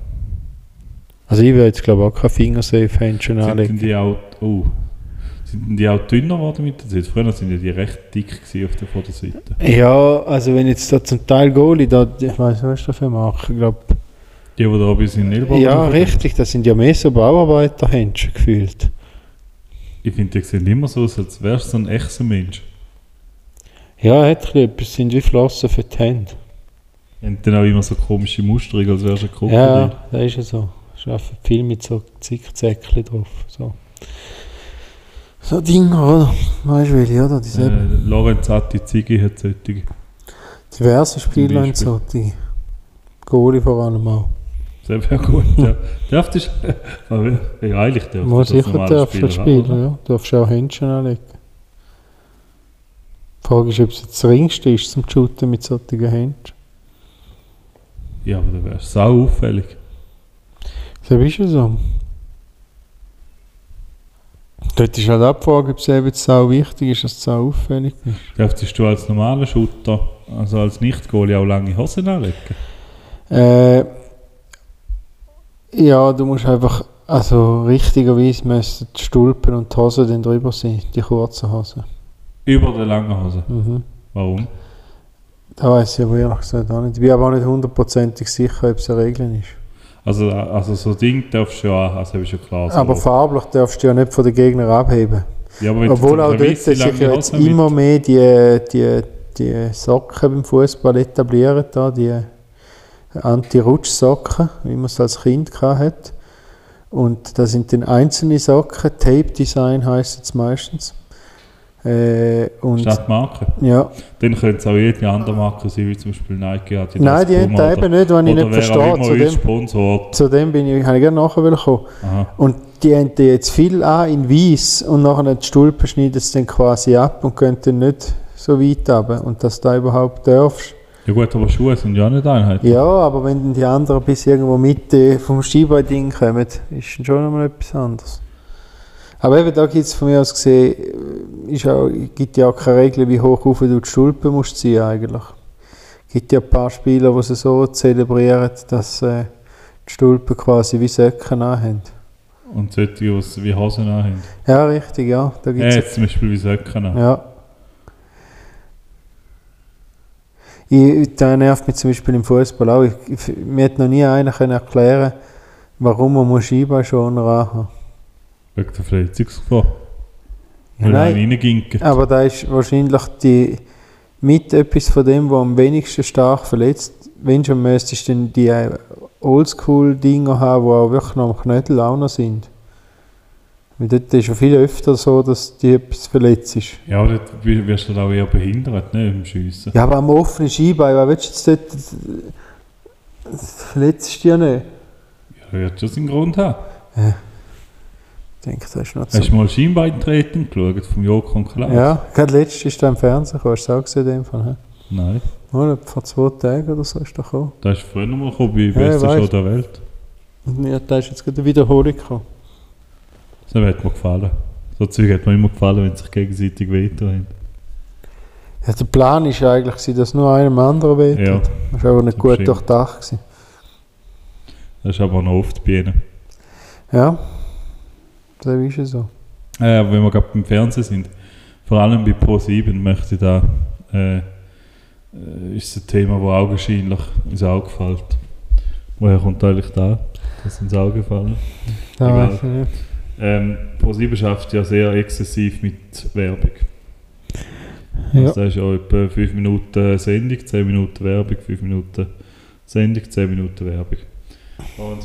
S2: Also ich würde jetzt glaube auch kein
S3: Sind
S2: Fingersafe-Händchen
S3: denn
S2: anlegen.
S3: die auch, oh, sind denn die auch dünner geworden mit der Zeit? Früher sind ja die recht dick gewesen auf der Vorderseite.
S2: Ja, also wenn jetzt da zum Teil Goalie, da, ich weiß nicht, was dafür machen, ich glaube.
S3: Die, die da ein bisschen in den Ellbogen
S2: Ja,
S3: raufgehen.
S2: richtig, das sind ja mehr so Bauarbeiterhändchen gefühlt.
S3: Ich finde, die sehen immer so aus, als wärst du so ein echter Mensch.
S2: Ja, hat ein bisschen etwas, sind wie Flossen für die Hände.
S3: Und dann auch immer so komische Musterungen, als wärst du ein Krokodil.
S2: Ja, das ist ja so. Es arbeiten viel mit so Zickzäckchen drauf. So, so Dinger, oder? Weißt du, welche, oder? Die
S3: Äh,
S2: äh,
S3: Lorenzati Ziggy hat solche.
S2: diverse
S3: Zum
S2: Spieler und
S3: Beispiel.
S2: so. Die Goalie vor allem auch.
S3: Das wäre gut, ja. Darf das? Ja, eigentlich darf
S2: Mal
S3: das
S2: sicher
S3: normale
S2: darfst
S3: Spieler
S2: du
S3: auch,
S2: spielen,
S3: oder?
S2: ja. Darfst auch Händchen anlegen. Die Frage ist, ob es jetzt das Ringste ist zum Shooten mit solchen Händchen.
S3: Ja, aber dann wärst du sau auffällig.
S2: Das ist ja so. Dort ist halt auch die Frage, ob es eben so wichtig ist, dass es so auffällig ist.
S3: Darfst du als normaler Shooter, also als Nicht-Goalie, auch lange Hosen anlegen?
S2: Äh, ja, du musst einfach, also richtigerweise müssen die Stulpen und die Hosen dann drüber sein, die kurzen Hosen.
S3: Über der langen Hose.
S2: Mhm.
S3: Warum?
S2: Da weiß ich aber ehrlich gesagt auch nicht. Ich bin aber auch nicht hundertprozentig sicher, ob es eine Regel ist.
S3: Also, also so Ding darfst du ja auch, also ist ja klar. So.
S2: aber farblich darfst du ja nicht von den Gegnern abheben.
S3: ja, aber wenn du
S2: Obwohl
S3: so
S2: auch
S3: eine
S2: dort
S3: weisse,
S2: sich ja
S3: lange
S2: jetzt
S3: Hose mit-
S2: immer mehr die, die, die Socken beim Fußball etablieren, da, die Anti-Rutsch-Socken, wie man es als Kind hatte. Und da sind dann einzelne Socken, Tape-Design heisst es meistens. Äh, und
S3: Statt Marke.
S2: ja,
S3: Dann könnte es auch jede andere Marke sein, wie zum Beispiel Nike, Adidas,
S2: nein, die
S3: Puma
S2: haben
S3: oder-
S2: eben nicht, wenn ich
S3: oder
S2: nicht
S3: wer auch
S2: verstehe.
S3: immer
S2: Zu
S3: uns
S2: dem,
S3: sponsort.
S2: zu dem bin ich, habe ich gerne nachher kommen.
S3: Aha.
S2: Und die haben jetzt viel an in Weiß und nachher die Stulpen schneiden sie dann quasi ab und können dann nicht so weit runter. Und dass du da überhaupt darfst.
S3: Ja gut, aber Schuhe sind ja auch nicht einheitlich.
S2: Ja, aber wenn dann die anderen bis irgendwo Mitte vom Skibeiding kommen, ist dann schon nochmal etwas anderes. Aber eben da gibt es von mir aus gesehen, äh, ist auch, gibt ja auch keine Regel, wie hoch rauf du die Stulpen musst ziehen eigentlich. Es gibt ja ein paar Spieler, die es so zelebrieren, dass äh, die Stulpen quasi wie Socken anhaben.
S3: Und solche, die es wie Hosen anhaben.
S2: Ja, richtig, ja. Da
S3: Ja,
S2: gibt's
S3: jetzt zum Beispiel wie Socken an.
S2: Ja. Ich, da nervt mich zum Beispiel im Fußball auch. Ich, ich, mir hat noch nie einer können erklären warum man muss Schieberschoner anhaben
S3: Wegen der Verletzungsgefahr. Weil
S2: Nein.
S3: Nein. reinginken.
S2: Aber da ist wahrscheinlich die, mit etwas von dem, was am wenigsten stark verletzt, wenn schon müsstest du dann die äh, Oldschool-Dinger haben, die auch wirklich noch am Knödel auch noch sind. Weil dort ist ja viel öfter so, dass die etwas verletzt ist.
S3: Ja, aber dort wi- wirst du halt auch eher behindert, ne, im Schiessen.
S2: Ja, aber am offenen Skibein, was willst du jetzt dort? Das verletzt dich ja nicht.
S3: Ja, das wird schon seinen Grund haben.
S2: Ich denke, das ist noch zu.
S3: Hast du mal Schienbeintreten geschaut, vom Joko und Klaus?
S2: Ja, gerade letztes ist da im Fernsehen gekommen, hast du auch gesehen in dem Fall.
S3: Nein,
S2: he? Oder vor zwei Tagen oder so ist er gekommen.
S3: da ist früher noch mal gekommen, bei
S2: Ja, ich
S3: Beste Show
S2: weiss.
S3: der Welt.
S2: Und ja, da ist jetzt gerade eine Wiederholung gekommen.
S3: Das hat mir gefallen. So Zeug hat mir immer gefallen, wenn sie sich gegenseitig wehtun.
S2: Ja, der Plan war eigentlich, gewesen, dass nur einem anderen weht.
S3: Ja,
S2: Das war aber nicht
S3: das
S2: gut
S3: stimmt.
S2: durchdacht. Gewesen.
S3: das ist aber noch oft bei ihnen.
S2: Ja, das ist ja so.
S3: Äh, aber wenn wir gerade beim Fernsehen sind, vor allem bei Pro7 möchte ich da, äh, äh, ist es ein Thema, das augenscheinlich ins Auge fällt. Woher kommt eigentlich da, dass es ins Auge fallen?
S2: Da
S3: Egal.
S2: weiß ich nicht.
S3: Ähm, ProSieben schafft ja sehr exzessiv mit Werbung.
S2: Ja.
S3: Also da ist ja etwa 5 Minuten Sendung, 10 Minuten Werbung, 5 Minuten Sendung, 10 Minuten Werbung. Und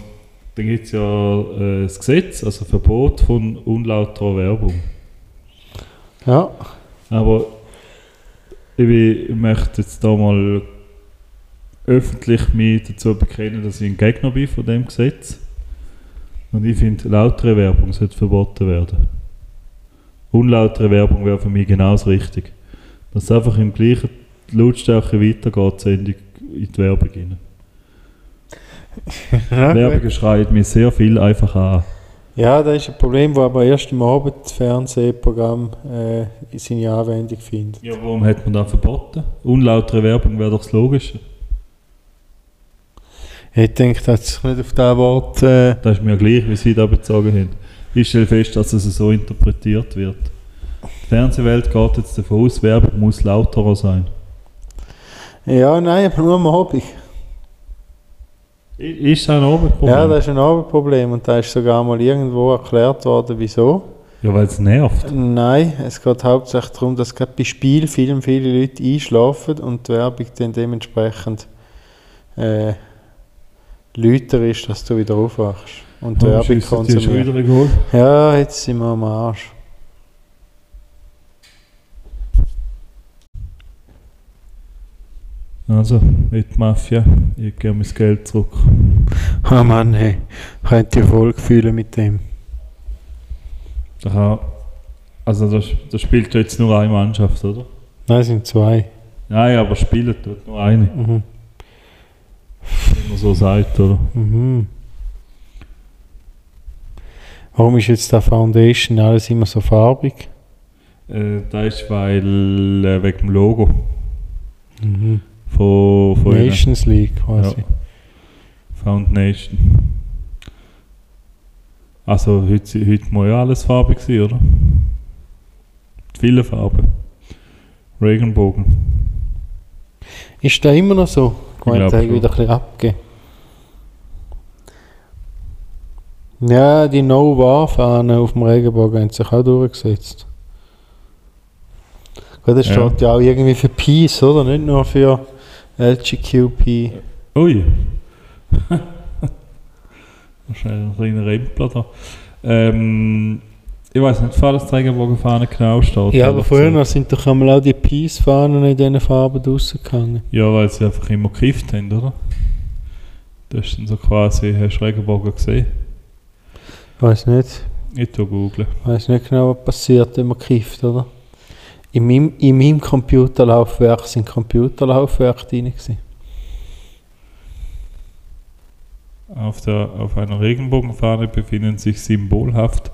S3: dann gibt es ja äh, das Gesetz, also Verbot von unlauterer Werbung.
S2: Ja,
S3: Aber ich bin- ich möchte jetzt da mal öffentlich mich dazu bekennen, dass ich ein Gegner bin von dem Gesetz. Und ich finde, lautere Werbung sollte verboten werden. Unlautere Werbung wäre für mich genauso richtig. Dass es einfach im gleichen Lautstärke weitergeht, die Sendung in die Werbung rein. Werbung schreit mir sehr viel einfach an.
S2: ja, das ist ein Problem, das aber erst im Abend das Fernsehprogramm äh, seine Anwendung findet.
S3: Ja, warum hat man das verboten? Unlautere Werbung wäre doch das Logische.
S2: Ich denke, dass ich nicht auf das Wort. Äh,
S3: Das ist mir gleich, wie Sie da bezogen haben. Ich stelle fest, dass es so interpretiert wird. Die Fernsehwelt geht jetzt davon aus, Werbung muss lauter sein.
S2: äh, ja, nein, aber nur am Abend.
S3: I- Ist das ein Abendproblem?
S2: Ja, das ist ein Abendproblem und da ist sogar mal irgendwo erklärt worden, wieso.
S3: ja weil es nervt.
S2: Nein, es geht hauptsächlich darum, dass gerade bei Spielfilmen viele Leute einschlafen und die Werbung dann dementsprechend äh, lauter ist, dass du wieder aufwachst und die
S3: Oh,
S2: Werbung
S3: Scheiße, die ist schon
S2: konsumierst.
S3: wieder geholt.
S2: Ja, jetzt sind wir am Arsch.
S3: Also, mit der Mafia, ich gebe mein Geld zurück.
S2: Oh Mann, hey, könnt ihr wohl fühlen mit dem.
S3: Da kann, also, das, das spielt ja jetzt nur eine Mannschaft, oder?
S2: Nein, es sind zwei.
S3: Nein, aber spielen tut nur eine,
S2: Mhm.
S3: wie man so sagt, oder?
S2: Mhm. Warum ist jetzt der Foundation alles immer so farbig?
S3: Äh, das ist weil, äh, wegen dem Logo
S2: Mhm.
S3: von, von ihnen.
S2: Nations League quasi.
S3: Ja. Foundation. Also heute, si- heute muss ja alles farbig sein, oder? Viele Farben. Regenbogen.
S2: Ist da immer noch so? Ich meine,
S3: glaub
S2: da hat
S3: schon.
S2: wieder ein bisschen abgegeben. Ja, die No-War-Fahne auf dem Regenbogen haben sich auch durchgesetzt. Gut, das
S3: Ja.
S2: steht ja auch irgendwie für Peace, oder? Nicht nur für LGQP.
S3: Ui! Wahrscheinlich ein kleiner Rempler da. Ähm, ich weiß nicht, für das Regenbogenfahne genau steht.
S2: Ja, aber
S3: ehrlich
S2: früher
S3: gesagt.
S2: noch sind doch einmal auch die Peace-Fahnen in diesen Farben draussen gegangen.
S3: Ja, weil sie einfach immer gekifft haben, oder? Das ist dann so quasi, hast du Regenbogen gesehen?
S2: Weiß nicht.
S3: Ich tu googeln.
S2: Weiß nicht genau, was passiert, wenn man kifft, oder? In meinem, in meinem Computerlaufwerk sind Computerlaufwerke drin. Gewesen.
S3: Auf, der, auf einer Regenbogenfahne befinden sich symbolhaft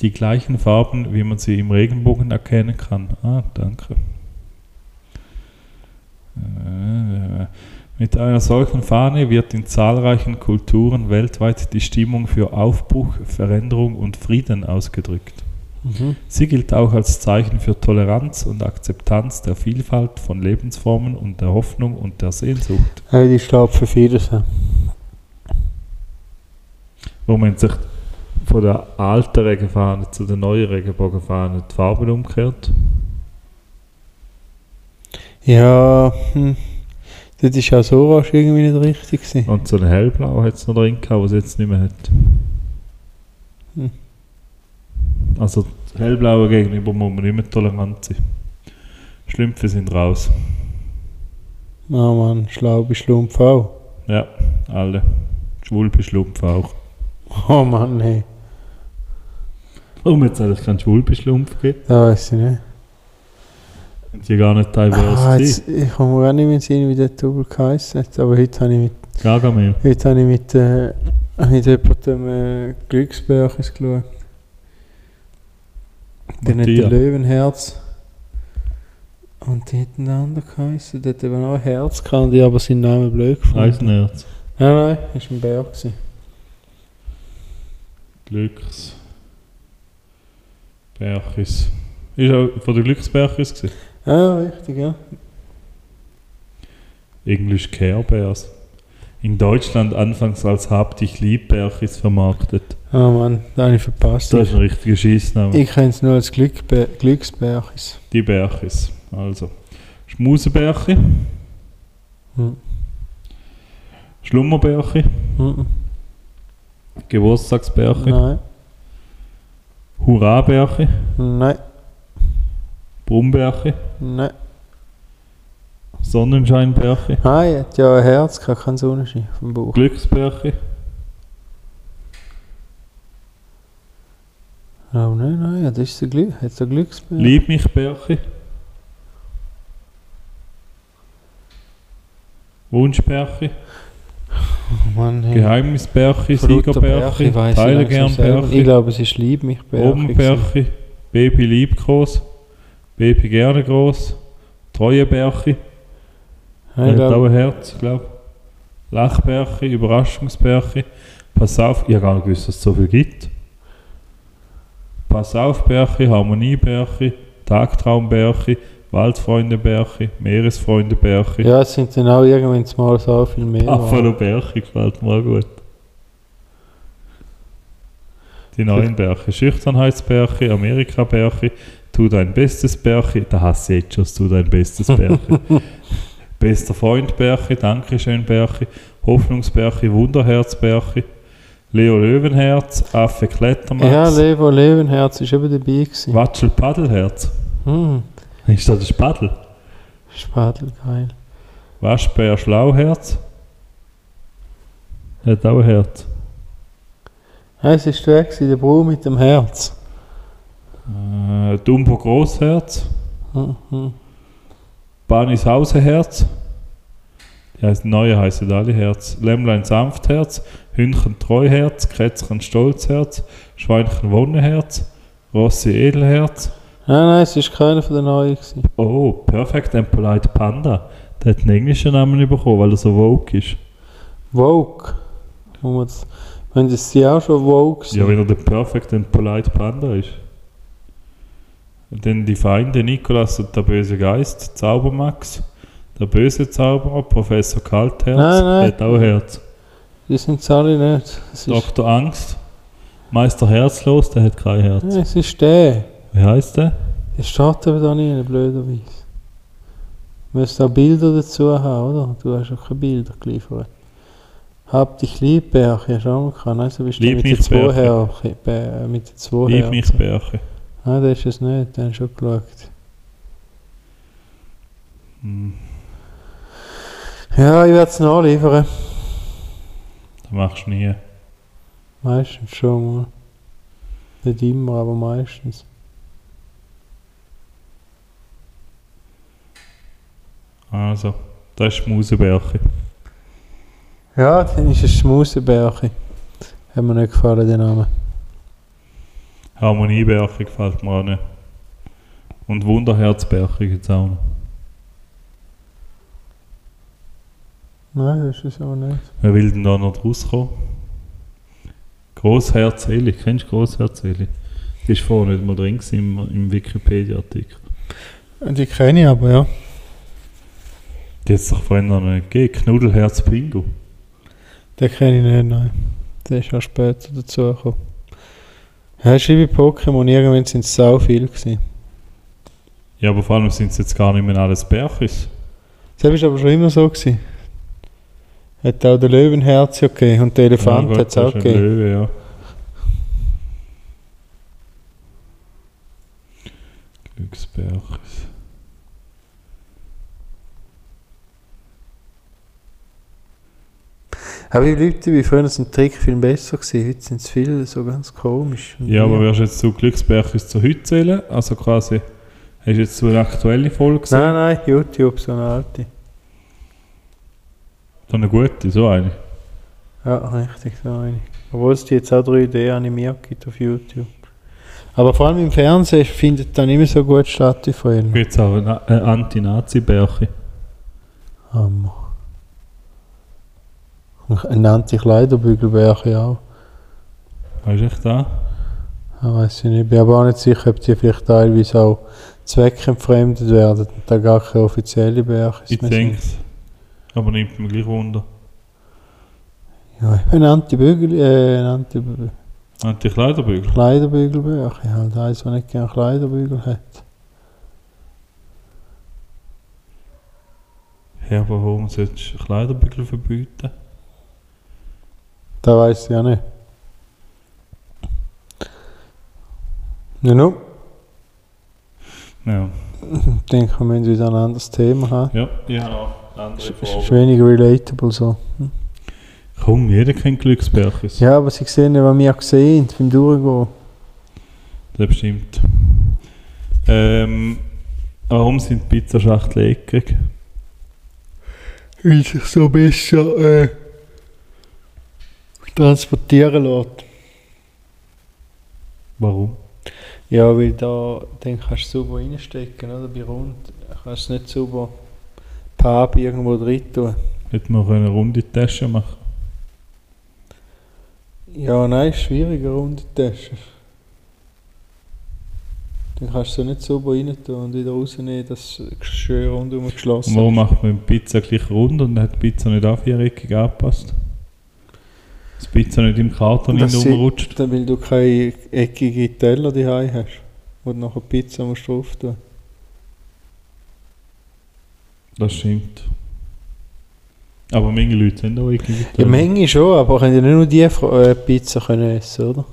S3: die gleichen Farben, wie man sie im Regenbogen erkennen kann. Ah, danke. Äh, Mit einer solchen Fahne wird in zahlreichen Kulturen weltweit die Stimmung für Aufbruch, Veränderung und Frieden ausgedrückt.
S2: Mhm.
S3: Sie gilt auch als Zeichen für Toleranz und Akzeptanz der Vielfalt von Lebensformen und der Hoffnung und der Sehnsucht.
S2: Äh, die schlägt für vieles. an.
S3: wo man sich von der alten Regenfahne zu der neuen Regenbogenfahne die Farben umkehrt.
S2: Ja, hm. das ist auch so rasch irgendwie nicht richtig. Gewesen.
S3: Und so ein hellblau hat es noch drin gehabt, was es jetzt nicht mehr hat.
S2: Hm.
S3: Also das hellblaue gegenüber muss man nicht mehr tolerant sein. Schlümpfe sind raus.
S2: Ah Mann, schlau bist Schlumpf auch.
S3: Ja, alle. Schwul bist Schlumpf auch.
S2: Oh Mann, hey,
S3: Warum jetzt eigentlich kein Schwul bist Schlumpf gibt?
S2: da weiß ich nicht.
S3: Sind die gar nicht divers
S2: Ah,
S3: ah,
S2: jetzt, ich komme mir auch nicht mehr in den Sinn, wie der Double geheißen hat, aber heute habe ich mit,
S3: Gargamel.
S2: heute habe ich mit, äh, mit jemandem äh, Glücksbärches geschaut. Der hat
S3: Matthias.
S2: den Löwenherz. Und die hat einen anderen geheißen, der hat eben auch ein Herz gehabt, und ich habe aber seinen Namen blöd gefunden.
S3: Eisenerz.
S2: Nein, nein, das war ein Bär. Gewesen.
S3: Glücks. Berchis. Ist auch von der Glücksberchis gewesen.
S2: Ah, richtig, ja.
S3: Englisch Care Bears. In Deutschland anfangs als Hab dich lieb Berchis vermarktet.
S2: Ah Mann, da habe ich verpasst.
S3: Das ist ein richtiger Schießname.
S2: Ich kenne es nur als Glückbe Glücksbärchis.
S3: Die Berchis. Also. Schmusenberchi.
S2: Hm.
S3: Schlummerberchi.
S2: Mhm.
S3: Geburtstagsberchi.
S2: Nein,
S3: Hurraberchi.
S2: nein,
S3: Brumberchi.
S2: nein.
S3: Sonnenscheinberchi.
S2: Ah, er hat ja ein Herz gehabt, kein Sonnenschein vom Bauch.
S3: Glücksberchi.
S2: Oh nein, nein, ja, das ist der Glück, hat der Glücksbär.
S3: Lieb mich Berchi. Wunschberchi.
S2: Oh Mann, hey.
S3: Geheimnisbärchi,
S2: Verrückter Bärchi,
S3: Siegerberchi,
S2: weiss ich langsam selber. Ich
S3: Teilegernbärchi,
S2: glaube, es ist Lieb mich Bärchi.
S3: Obenbärchi, Baby liebgroß, Baby gerne groß, Treuebärchi,
S2: Ich
S3: hat auch
S2: glaube,
S3: ein Herz, glaube ich. Lachbärchi, Überraschungsbärchi, Pass auf, ich habe gar nicht gewusst, dass es so viel gibt. Pass auf Bärchi, Harmoniebärchi, Tagtraumbärchi, Waldfreundebärchi, Meeresfreundebärchi,
S2: ja, es sind dann auch irgendwann mal so viel mehr.
S3: Buffalo Bärchi gefällt mir auch gut. Die neuen Bärche. Schüchternheitsbärche, Amerika-Bärche, tu dein bestes Bärche. Da hast du jetzt schon, das tu dein bestes Bärche. Bester Freund Bärche, Dankeschön Bärche, Hoffnungsbärche, Wunderherz Bärche, Leo Löwenherz, Affe
S2: ja,
S3: Klettermax,
S2: Levo Löwenherz ist eben dabei gewesen.
S3: Watschel Paddelherz.
S2: Hm,
S3: Ist das ein Spaddel?
S2: Spadel, geil.
S3: Waschbär Schlauherz. Hat auch ein Herz.
S2: Ah, es ist der, gewesen, der Brau mit dem Herz.
S3: Äh, Dumbo Großherz.
S2: Hm, hm.
S3: Barnis Hauseherz. Die heißt, neue heißen alle Herz. Lämmlein Sanftherz, Hündchen Treuherz, Kätzchen Stolzherz, Schweinchen Wonneherz, Rossi Edelherz.
S2: Nein, nein, es war keiner von den Neuen. Gewesen.
S3: Oh, Perfect and Polite Panda. Der hat einen englischen Namen bekommen, weil er so woke ist.
S2: Vogue. Wenn man das- Wenn das sie auch schon Vogue sind.
S3: Ja, wenn er der Perfect and Polite Panda ist. Denn die Feinde Nikolas und der böse Geist, Zaubermax, der böse Zauberer, Professor Kaltherz,
S2: Nein, nein.
S3: hat auch Herz.
S2: Die sind es alle nicht. Es ist,
S3: Dr. Angst, Meister Herzlos, der hat kein Herz.
S2: nein, es ist der.
S3: Wie heißt der?
S2: Der steht aber da nicht, blöderweise. Du musst auch Bilder dazu haben, oder? Du hast auch keine Bilder geliefert. Hab dich lieb, Bärchen, hast du auch noch keinen. Nein, so also bist du
S3: Lieb
S2: mit den
S3: mich,
S2: zwei
S3: Bärchen.
S2: Herzen. Bär- äh, Mit den zwei
S3: Lieb mich,
S2: Herzen.
S3: Bärchen.
S2: Nein, das ist es nicht, den hast du schon geschaut.
S3: Hm,
S2: Ja, ich werde es nachliefern.
S3: das machst du nie.
S2: Meistens schon mal. Nicht immer, aber meistens.
S3: Also, das ist Mausebärchen.
S2: Ja, dann ist es Schmusebärchen. Hat mir nicht gefallen, der Name.
S3: Harmoniebärchen gefällt mir auch nicht. Und Wunderherzbärchen gibt es auch noch.
S2: Nein, das ist es aber nicht.
S3: Wer will denn da noch rauskommen? Grossherz Eli, kennst du Grossherz Eli? Die ist vorher nicht mal drin gewesen im, im Wikipedia-Artikel.
S2: Die kenne ich aber, ja.
S3: Die hat es doch vorhin noch nicht gegeben. Knuddelherz Pingu.
S2: Den kenne ich nicht, nein. Der ist auch später dazugekommen. Ja, es ist wie bei Pokémon, irgendwann sind es sau viel gewesen.
S3: Ja, aber vor allem sind es jetzt gar nicht mehr alles Bärchis.
S2: Das war aber schon immer so. Gewesen. Hat auch der Löwenherz ja gegeben und der Elefant
S3: Gott,
S2: hat es
S3: das
S2: auch
S3: ist ein
S2: gegeben.
S3: Löwe, ja. Glücksbärchis.
S2: Aber die Leute wie früher sind Trickfilme besser gewesen, heute sind es viele so ganz komisch. Und
S3: Ja, aber wirst du jetzt zu Glücksbärchis zu heute zählen? Also quasi, hast du jetzt so eine aktuelle Folge gesehen?
S2: Nein, nein, YouTube, so eine alte.
S3: Dann eine gute, so eine.
S2: Ja, richtig, so eine. Obwohl es die jetzt auch 3D animiert gibt auf YouTube. Aber vor allem im Fernsehen findet dann immer so gut statt wie früher.
S3: Gibt es auch eine, eine Anti-Nazi-Bärchen?
S2: Hammer. Er nennt sich Leiderbügelbärchen auch.
S3: Weißt du echt da?
S2: Ich weiß ich nicht. Ich bin aber auch nicht sicher, ob die vielleicht teilweise auch zweckentfremdet werden und da gar keine offizielle Bärchen
S3: Ich denke es. Aber nimmt mir gleich Wunder.
S2: Ja, ein Antibügel, äh, ein Anti
S3: Anti-Kleiderbügel?
S2: Kleiderbügelbärchen. Halt eins, der nicht gerne Kleiderbügel hat.
S3: Ja, aber warum sollst du Kleiderbügel verbieten?
S2: Da weiß ich ja nicht. Ja, no.
S3: Ja.
S2: Ich denke, wir müssen wieder ein anderes Thema haben.
S3: Ja, ja. Andere
S2: Ist, ist wenig relatable so.
S3: Komm, jeder kennt Glücksbärchis.
S2: Ja, aber sie sehen nicht, was wir gesehen beim Durchgehen.
S3: Das bestimmt. Ähm, warum sind Pizzaschachteln eckig?
S2: Weil sich so besser äh, transportieren lässt.
S3: Warum?
S2: Ja, weil da den kannst du sauber reinstecken, oder? Bei rund kannst du es nicht sauber Pab irgendwo drin tun.
S3: Hätte man eine runde Tasche machen
S2: Ja, nein, ist schwieriger runde Tasche. Dann kannst du sie nicht sauber rein tun und wieder rausnehmen, dass es schön rundum
S3: Und
S2: geschlossen
S3: warum macht man die Pizza gleich rund und hat die Pizza nicht auch viereckig angepasst? Dass die Pizza nicht im Karton
S2: Dass
S3: hinten
S2: sie-
S3: rumrutscht.
S2: Dann, weil du keine eckigen Teller daheim hast, wo du nachher Pizza musst drauf tun.
S3: Das stimmt. Aber manche Leute sind auch eckige
S2: Ja,
S3: Teller.
S2: Menge schon, aber können ja nicht nur die Fra- äh, Pizza können essen, oder?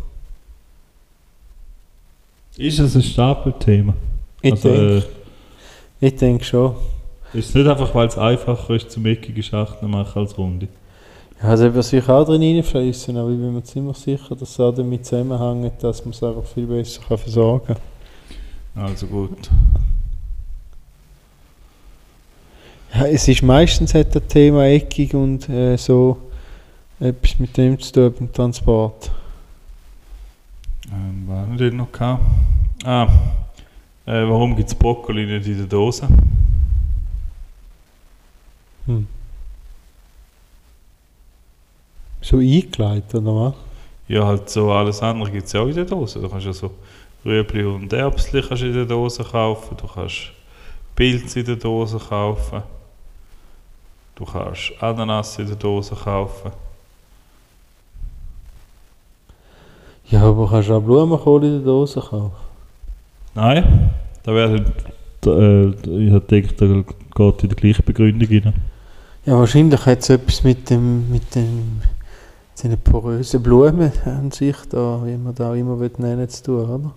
S3: Ist es ein Stapelthema?
S2: Ich
S3: Also,
S2: denke ich denk schon.
S3: äh, ist es nicht einfach, weil es einfacher ist, zum eckige Schachteln machen als runde?
S2: Ja, also wird sich auch drin reinfließen, aber ich bin mir ziemlich sicher, dass es auch damit zusammenhängt, dass man es einfach viel besser kann versorgen kann.
S3: Also gut.
S2: Ja, es ist meistens hat das Thema eckig und äh, so etwas mit dem zu tun, beim Transport.
S3: Ähm, was haben wir denn noch gehabt? Ah, äh, warum gibt es Brokkoli nicht in der Dose?
S2: Hm. So eingekleidet, oder was?
S3: Ja, halt so alles andere gibt es ja auch in der Dose. Du kannst ja so Rüebli und Erbsli kannst du in der Dose kaufen, du kannst Pilze in der Dose kaufen, du kannst Ananas in der Dose kaufen.
S2: Ja, aber kannst du auch Blumenkohl in der Dose kaufen.
S3: Nein, da halt wäre äh, ich hätte gedacht, da geht in die gleiche Begründung rein.
S2: Ja, wahrscheinlich hat es etwas mit dem, mit dem, mit den porösen Blumen an sich da, wie man da auch immer will nennen zu tun, oder?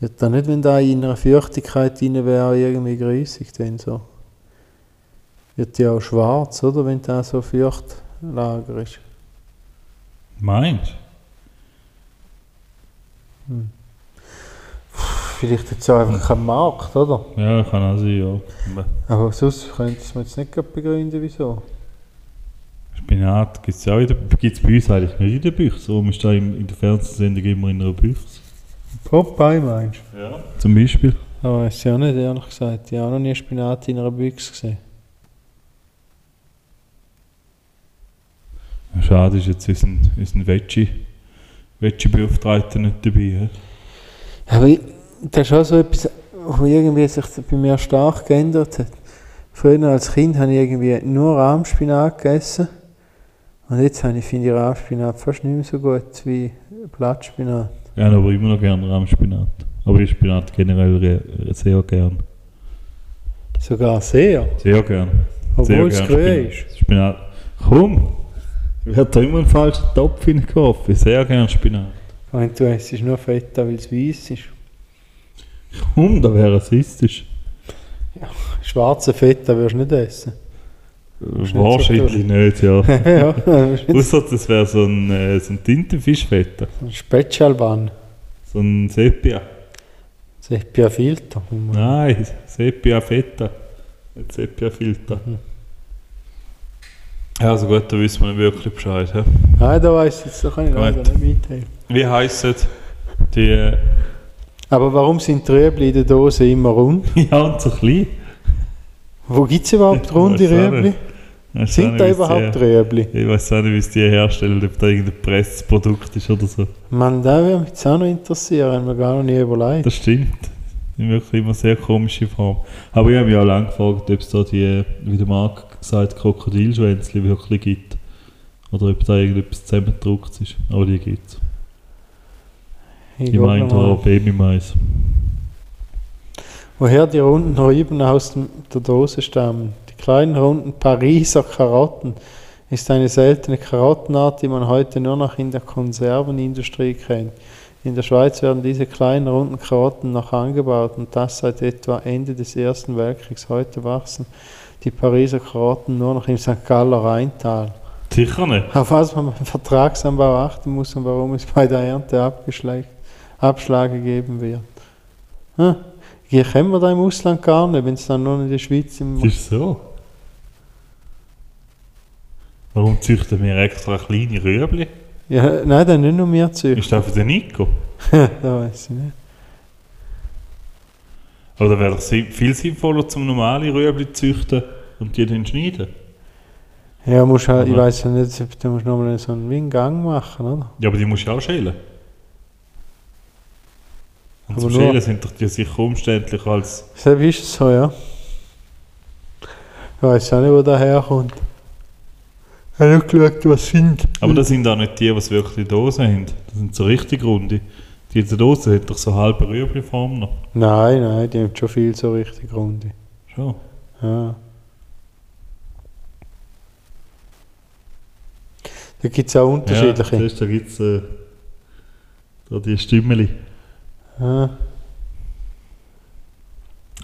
S2: Wird da nicht, wenn da in einer Feuchtigkeit drin wäre, irgendwie grüßig denn so? Wird ja auch schwarz, oder, wenn da so Feuchtlager ist.
S3: Meinst
S2: Vielleicht jetzt auch einfach kein Markt, oder?
S3: Ja, kann auch sein, ja.
S2: Aber sonst könnte man jetzt nicht gerade begründen, wieso.
S3: Spinat gibt es ja auch in der, gibt's bei uns eigentlich nicht in der Büchse. Warum ist da im- in der Fernsehsendung immer in einer Büchse?
S2: Popeye meinst
S3: Ja. Zum Beispiel.
S2: du? Aber weiß ich auch nicht, ehrlich gesagt. Ich habe auch noch nie Spinat in einer Büchse gesehen.
S3: Schade ist jetzt unser, unser Veggie, Veggie-Beauftragter nicht dabei. hä?
S2: Aber ich- das ist auch so etwas, was irgendwie sich bei mir stark geändert hat. Früher als Kind habe ich irgendwie nur Rahmspinat gegessen. Und jetzt habe ich, finde ich Rahmspinat fast nicht mehr so gut wie Blattspinat.
S3: Ich habe aber immer noch gerne Rahmspinat. Aber ich Spinat generell re- sehr gern.
S2: Sogar sehr,
S3: Sehr gern. sehr
S2: obwohl es
S3: gern
S2: grün
S3: Spinat.
S2: ist.
S3: Spinat. Komm! Wird da immer ein falscher Topf hineingeworfen. Sehr gern Spinat.
S2: Wenn du es ist nur Feta, weil es weiß ist.
S3: Komm, da wäre rassistisch.
S2: Schwarze Feta würdest du nicht essen. nicht so
S3: Wahrscheinlich nicht, ja.
S2: ja,
S3: Außer das wäre so ein, äh, so ein Tintenfischfetter.
S2: Spezialban.
S3: So ein Sepia.
S2: Das ist Pia Filter.
S3: Nein, Sepia Feta. Nicht Sepia Filter.
S2: Mhm.
S3: Ja, also gut, da wissen wir nicht wirklich Bescheid. He?
S2: Nein, da weiß ich jetzt, da kann ich
S3: Gut.
S2: leider nicht mithelfen.
S3: Wie heissen die. äh,
S2: Aber warum sind Rüebli in der Dose immer rund?
S3: ja, und so klein?
S2: Wo gibt es überhaupt
S3: Ich
S2: runde
S3: weiß auch
S2: Rüebli?
S3: nicht. Ich weiß auch
S2: Sind
S3: nicht,
S2: da
S3: wie's
S2: überhaupt
S3: die,
S2: Rüebli?
S3: Ich weiß auch nicht, wie es die herstellen, ob da irgendein gepresstes Produkt ist oder so.
S2: Mann, da würde mich jetzt auch noch interessieren, haben wir gar noch nie überlegt.
S3: Das stimmt. Das ist wirklich immer sehr komische Form. Aber ich habe mich auch lange gefragt, ob es da die, äh, wie der Marc gesagt Krokodilschwänzchen wirklich gibt. Oder ob da irgendetwas zusammengedruckt ist. Aber die gibt es.
S2: Ich
S3: Ich
S2: guck
S3: meine
S2: noch
S3: da
S2: mal.
S3: Babymais.
S2: Woher die runden Rüben aus dem, der Dose stammen? Die kleinen runden Pariser Karotten ist eine seltene Karottenart, die man heute nur noch in der Konservenindustrie kennt. In der Schweiz werden diese kleinen runden Karotten noch angebaut und das seit etwa Ende des Ersten Weltkriegs. Heute wachsen die Pariser Karotten nur noch im St. Galler Rheintal.
S3: Sicher nicht.
S2: Auf was man beim Vertragsanbau achten muss und warum es bei der Ernte Abgeschlag- Abschläge geben wird. Hm. Hier kennen wir da im Ausland gar nicht, wenn es dann nur in der Schweiz
S3: Es
S2: im
S3: ist so. Warum züchten wir extra kleine Rüebli?
S2: ja, Nein, dann nicht nur mehr Zürich.
S3: Ist das für den Nico?
S2: da weiß ich nicht.
S3: Aber da wäre es viel sinnvoller, zum normale Rüebli zu züchten und die dann schneiden.
S2: Ja, musst halt, ich
S3: Aber-
S2: weiß ja nicht, ob du musst nochmal so einen wie einen Gang machen, oder?
S3: Ja, aber die musst du auch schälen. Und
S2: Aber
S3: zum
S2: nur-
S3: Schälen sind doch die sicher umständlicher als...
S2: Deshalb ist es so, ja. Ich weiß auch nicht, wo der herkommt. Ich habe nicht geschaut, was sind.
S3: Aber das sind auch nicht die, die wirklich in Dosen haben. Das sind so richtig runde. Die in der Dose hat doch so halbe Rüebli-Form noch.
S2: Nein, nein, die haben schon viel so richtig runde.
S3: Schon.
S2: Ja. Da gibt es auch
S3: Ja,
S2: unterschiedliche.
S3: siehst du, da gibt es äh, da die Stimmeli.
S2: Ja,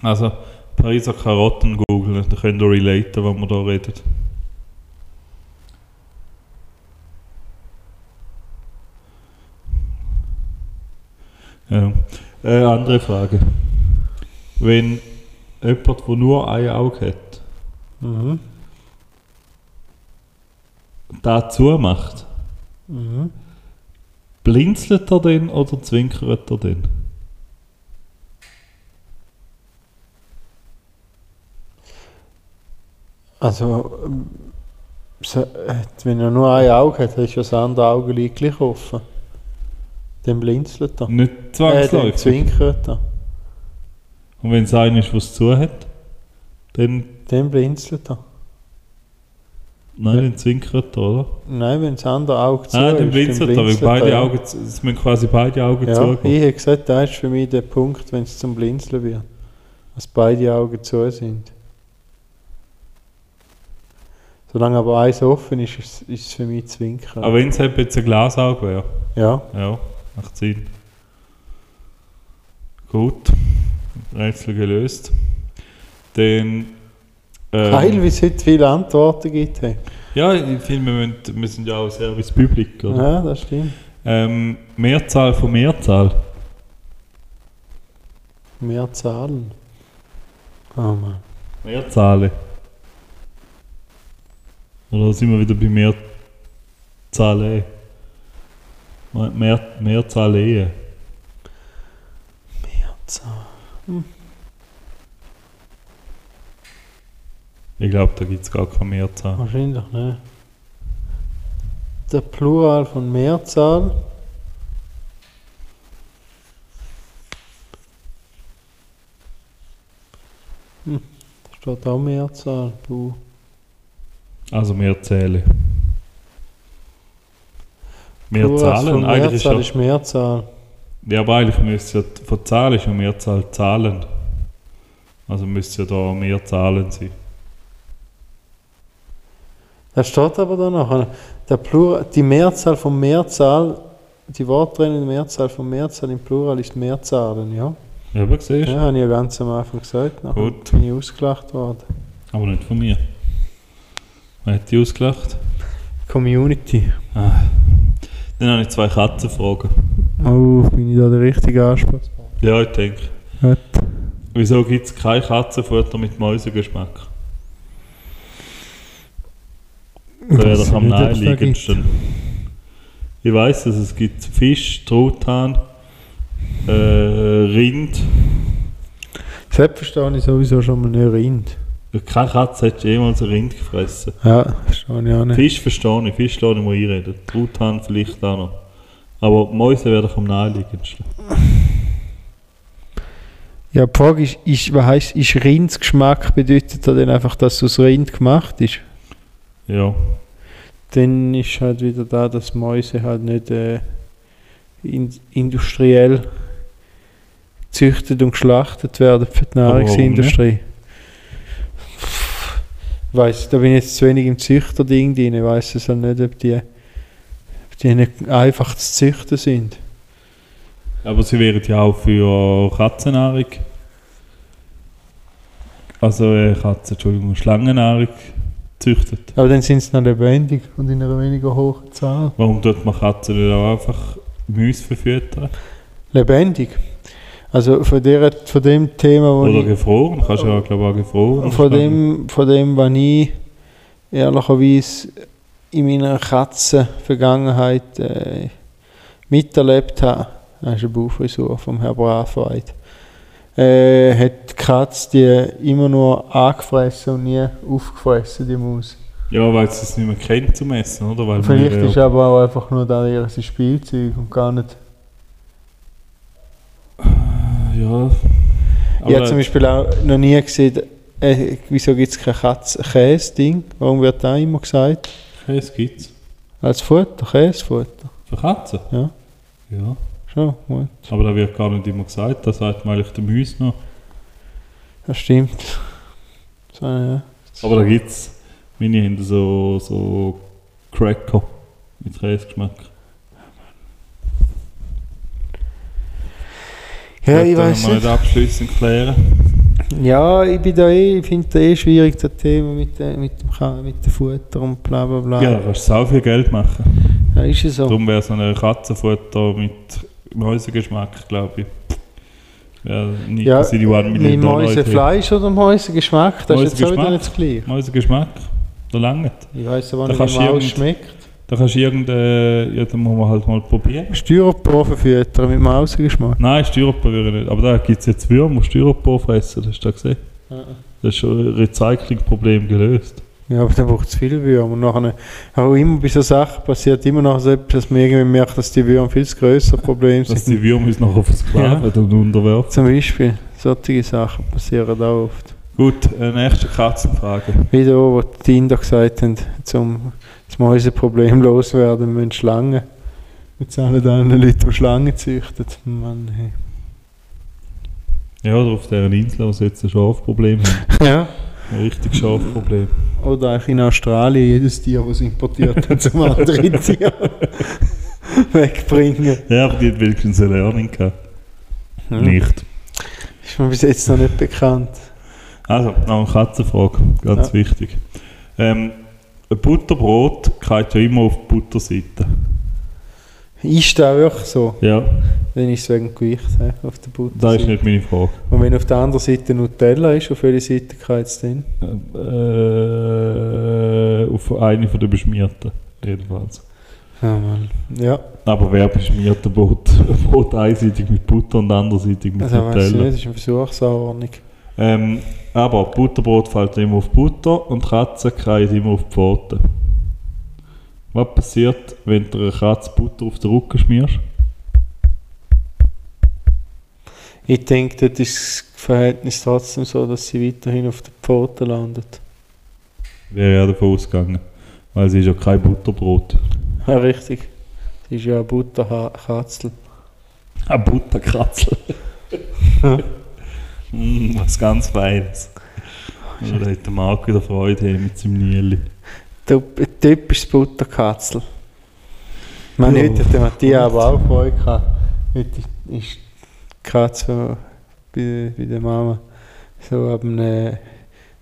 S3: Also, Pariser Karotten googeln, dann könnt ihr relaten, wenn wir da reden. Ja. Äh, andere Frage. Wenn jemand, der nur ein Auge hat,
S2: mhm.
S3: da zumacht,
S2: Mhm.
S3: blinzelt er den oder zwinkert er den?
S2: Also, ähm, so, äh, wenn er nur ein Auge hat, ist ja das andere Auge gleich offen. Dann blinzelt er.
S3: Nicht
S2: Äh, dann
S3: Hm, zwangsläufig.
S2: zwinkert er.
S3: Und wenn es einer ist, der es zu hat, dann,
S2: Dann blinzelt er.
S3: nein, dann zwinkert er, oder? Ah,
S2: Nein, wenn das andere Auge zu
S3: Nein,
S2: ist,
S3: dann blinzelt er, weil
S2: blinzelt
S3: beide
S2: ja.
S3: Augen, zu- es müssen quasi beide Augen
S2: Ja,
S3: zugehen.
S2: ich habe gesagt, das ist für mich der Punkt, wenn es zum Blinzeln wird. Dass beide Augen zu sind. Solange aber eins offen ist, ist, ist es für mich zwinkern.
S3: Aber wenn es halt jetzt ein Glasauge wäre,
S2: ja,
S3: ja, macht Sinn. Gut, Rätsel gelöst. Dann... ähm,
S2: geil, wie es heute viele Antworten gibt. Hey.
S3: Ja, ich finde, wir, müssen, wir sind ja auch Service Public, oder?
S2: Ja, das stimmt.
S3: Ähm, Mehrzahl von Mehrzahl.
S2: Mehr Zahlen. Oh Mann.
S3: Mehr Zahlen. Oder sind wir wieder bei mehr Zahlen? Mehr, mehr Zahlen.
S2: Mehr Zahlen.
S3: Hm. Ich glaube, da gibt es gar keine Mehrzahl.
S2: Wahrscheinlich nicht. Der Plural von Mehrzahl. Hm, da steht auch Mehrzahl. Puh.
S3: Also mehr Zählen. Mehr
S2: Plural
S3: Zahlen?
S2: von
S3: Eigentlich ist
S2: Mehrzahl
S3: ja,
S2: ist Mehrzahl.
S3: ja, aber eigentlich müsste ja von Zahlen schon Mehrzahl Zahlen. Also müsste ja da mehr Zahlen sein.
S2: Da steht aber da noch, ne? der Plural, die Mehrzahl von Mehrzahl, die worttrennende Mehrzahl von Mehrzahl im Plural ist Mehrzahlen, ja.
S3: Ja, aber siehst du?
S2: Ja, habe ich ja ganz am Anfang gesagt. Nachher
S3: Gut.
S2: bin ich ausgelacht worden.
S3: Aber nicht von mir. Wer hat die ausgelacht?
S2: Community.
S3: Dann habe ich zwei Katzenfragen.
S2: Oh, bin ich da der richtige Ansprechpartner?
S3: Ja, ich denke.
S2: Gut.
S3: Wieso gibt es kein Katzenfutter mit Mäusegeschmack? Das wäre doch am naheliegendsten. Ich weiß, dass es gibt Fisch, Truthahn, äh, Rind.
S2: Selbst verstehe ich sowieso schon mal nicht Rind.
S3: Keine Katze hat jemals ein Rind gefressen.
S2: Ja, verstehe ich auch nicht.
S3: Fisch verstehe ich, Fisch lasse ich mal einreden. Truthahn vielleicht auch noch. Aber Mäuse wäre doch am naheliegendsten.
S2: Ja, die Frage ist, ist was heisst, ist Rindsgeschmack, bedeutet das denn einfach, dass es aus Rind gemacht ist?
S3: Ja.
S2: Dann ist halt wieder da, dass Mäuse halt nicht äh, in, industriell gezüchtet und geschlachtet werden für die
S3: Aber warum
S2: Nahrungsindustrie. Ich weiss, da bin ich jetzt zu wenig im Züchterding drin. Ich weiss es halt nicht, ob die, ob die nicht einfach zu züchten sind.
S3: Aber sie wären ja auch für Katzennahrung. Also äh, Katzen, Entschuldigung, Schlangennahrung gezüchtet.
S2: Aber dann sind sie noch lebendig und in einer weniger hohen Zahl.
S3: Warum tut man Katzen nicht auch einfach Mäuse verfüttern?
S2: Lebendig. Also von, der, von dem Thema, wo
S3: Oder
S2: ich-
S3: gefroren? Kannst du ja, glaube ich, auch gefroren.
S2: Von dem, von dem, was ich ehrlicherweise in meiner Katzenvergangenheit äh, miterlebt habe, das ist eine Baufrisur vom Herrn Brafweit, äh, hat die Katze die immer nur angefressen und nie aufgefressen, die Maus.
S3: Ja, weil sie es nicht mehr kennt zum Essen, oder? Weil
S2: Vielleicht
S3: wir ja-
S2: ist aber auch einfach nur da ihr Spielzeug und gar nicht...
S3: Ja. Aber
S2: ich habe zum Beispiel auch noch nie gesehen, äh, wieso gibt es kein Katz- Käse-Ding? Warum wird da immer gesagt?
S3: Käse gibt es.
S2: Als Futter, Käsefutter.
S3: Für Katzen?
S2: Ja.
S3: Ja.
S2: Schon, gut.
S3: Aber da wird gar nicht immer gesagt, das sagt man eigentlich den Mäusen noch.
S2: Das stimmt. So, ja.
S3: Aber da gibt es, meine haben so, so Cracker mit Käsegeschmack. Das
S2: ja, ich
S3: können
S2: weiß
S3: wir nicht
S2: nicht.
S3: abschließend klären.
S2: Ja, ich bin da eh, ich finde da eh schwierig, das Thema mit, der- mit, dem, Ka- mit dem Futter und bla bla bla.
S3: Ja, da kannst du sau viel Geld machen.
S2: Ah. Ja, ist es so.
S3: Darum wäre so ein Katzenfutter mit Mäusegeschmack, glaube ich. Ja, nicht,
S2: Ja,
S3: dass ich die One
S2: Mit
S3: Million Dollar hätte.
S2: Mäusefleisch oder Mäusegeschmack, das ist jetzt auch wieder
S3: Mäusegeschmack.
S2: nicht das Gleiche.
S3: Mäusegeschmack, da langt.
S2: Ich weiß aber
S3: Da
S2: nicht,
S3: kannst
S2: wie
S3: du
S2: Maus
S3: irgend-
S2: schmeckt.
S3: Da kannst du irgendein, ja, dann muss man halt mal probieren.
S2: Styroporfen füttern mit Mausegeschmack.
S3: Nein, Styropor würde ich nicht. Aber da gibt es jetzt Würmer, Styropor fressen, hast du das gesehen?
S2: Ah,
S3: Das ist schon ein Recyclingproblem gelöst.
S2: Ja, aber dann braucht es viele Würmer. Und nachher, auch immer bei so Sachen passiert immer noch so etwas, dass man irgendwie merkt, dass die Würmer viel größeres Problem sind.
S3: Dass die Würmer uns nachher versklaven und unterwerfen.
S2: Zum Beispiel, solche Sachen passieren auch oft.
S3: Gut, äh, nächste Katzenfrage.
S2: Wie da, wo die Tinder gesagt haben, zum das Mäuseproblem loswerden, müssen Schlangen. Wir zahlen allen Leuten, die Schlangen züchten. Mann, hey.
S3: Ja, oder auf dieser Insel, wo sie jetzt ein Schafproblem haben.
S2: Ja.
S3: Ein richtiges Schafproblem.
S2: Oder auch in Australien jedes Tier, das sie importiert hat, zum anderen Tier wegbringen.
S3: Ja, aber die hat wenigstens ein Learning gehabt. Nicht.
S2: Ist mir bis jetzt noch nicht bekannt.
S3: Also, noch eine Katzenfrage, ganz
S2: Ja.
S3: wichtig. Ähm, ein Butterbrot geht ja immer auf die Butterseite.
S2: Ist das wirklich so?
S3: Ja,
S2: dann ist es wegen Gewicht hä, auf der Butter.
S3: Das ist nicht meine Frage.
S2: Und wenn auf der anderen Seite Nutella ist, auf welcher Seite geht es dann?
S3: Äh, auf eine von den beschmierten, jedenfalls.
S2: Ja, Mann. Ja,
S3: Aber wer beschmiert ein Brot, Brot einseitig mit Butter und anderseitig mit
S2: also weiss ich nicht,
S3: Nutella?
S2: das ist eine Versuchsanordnung.
S3: Ähm, aber Butterbrot fällt immer auf Butter und Katzen kreien immer auf die Pfoten. Was passiert, wenn du einer Katze Butter auf den Rücken schmierst?
S2: Ich denke, dort ist das Verhältnis trotzdem so, dass sie weiterhin auf der Pfote landet.
S3: Wäre ja davon ausgegangen. Weil sie ist ja kein Butterbrot.
S2: Ja, richtig. Sie ist ja eine Butterkatzel.
S3: Ein Butterkratzel. mm, was ganz Feines. Ja, Da hat der Marc wieder Freude haben mit seinem Nierli.
S2: Typ- Typisches Butterkatzel. Ich meine,
S3: Ja.
S2: heute hat der Matthias aber auch Freude gehabt. Heute ist die Katze bei, bei der Mama so ab einer,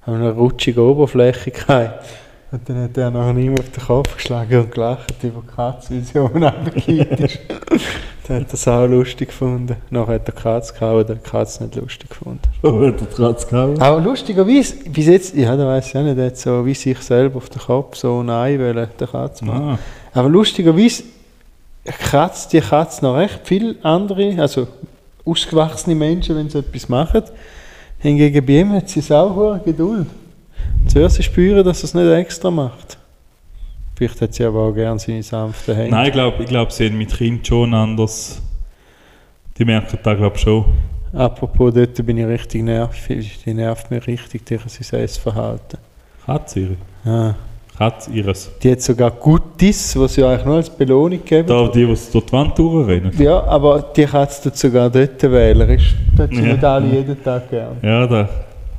S2: ab einer rutschigen Oberfläche gehabt. Und dann hat er nachher immer auf den Kopf geschlagen und gelacht über die Katze, weil sie oben runtergefallen ist. dann hat er es auch lustig gefunden. Nachher hat er die Katze gehauen, aber die Katze nicht lustig gefunden.
S3: Oh, hat er die Katze gehabt?
S2: Aber lustigerweise, bis jetzt, ja, da weiß ich auch nicht, er hat so wie sich selber auf den Kopf so nein wollen, der Katze machen.
S3: Ah,
S2: Aber lustigerweise kratzt die Katze noch recht viel andere, also ausgewachsene Menschen, wenn sie etwas machen. Hingegen bei ihm hat sie sauer Geduld. Zuerst sie spüren, dass er es nicht extra macht. Vielleicht hat sie aber auch gern seine sanften Hände.
S3: nein, ich glaube, ich glaub, sie haben mit Kind schon anders. Die merken das, glaube ich, schon.
S2: Apropos, dort bin ich richtig nervig. Die nervt mich richtig durch sein Essverhalten.
S3: Katze ihre.
S2: Ah.
S3: Katze ihres.
S2: Die hat sogar Gutes, was ja eigentlich nur als Belohnung gegeben
S3: Da, die, die durch die Wand durchrennen.
S2: Ja, aber die Katze tut sogar dort wählerisch. Das sind
S3: Ja.
S2: nicht alle jeden Tag gern.
S3: Ja, da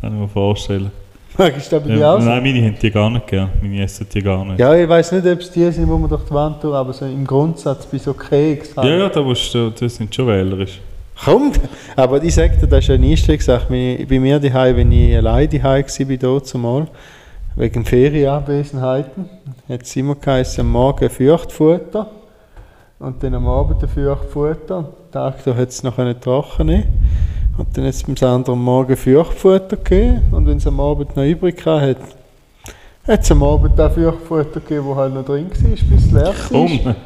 S3: kann ich mir vorstellen.
S2: Magst du das bei dir
S3: Ja,
S2: auch so?
S3: nein, meine haben die gar nicht gern. Meine essen die gar nicht.
S2: also- Ja, ich weiß nicht, ob es die sind, wo man durch die Wand tut, aber so im Grundsatz bei so Keks.
S3: Ja, ja, da musst du, das sind schon wählerisch.
S2: Kommt! Aber ich sag dir, das ist eine Einstellungssache. Meine- Bei mir daheim, wenn ich allein daheim war, dort zumal, wegen Ferienabwesenheiten, hat es immer geheißen, am Morgen Fürchtfutter und dann am Abend ein Fürchtfutter. Und den Tag da hat es noch eine trockene. Und dann hat es beim Sandro am Morgen Fürchtfutter gegeben. Und wenn es am Abend noch übrig gehabt hat, hat es am Abend auch Fürchtfutter gegeben, wo halt noch drin war, bis es leer war.
S3: Komm,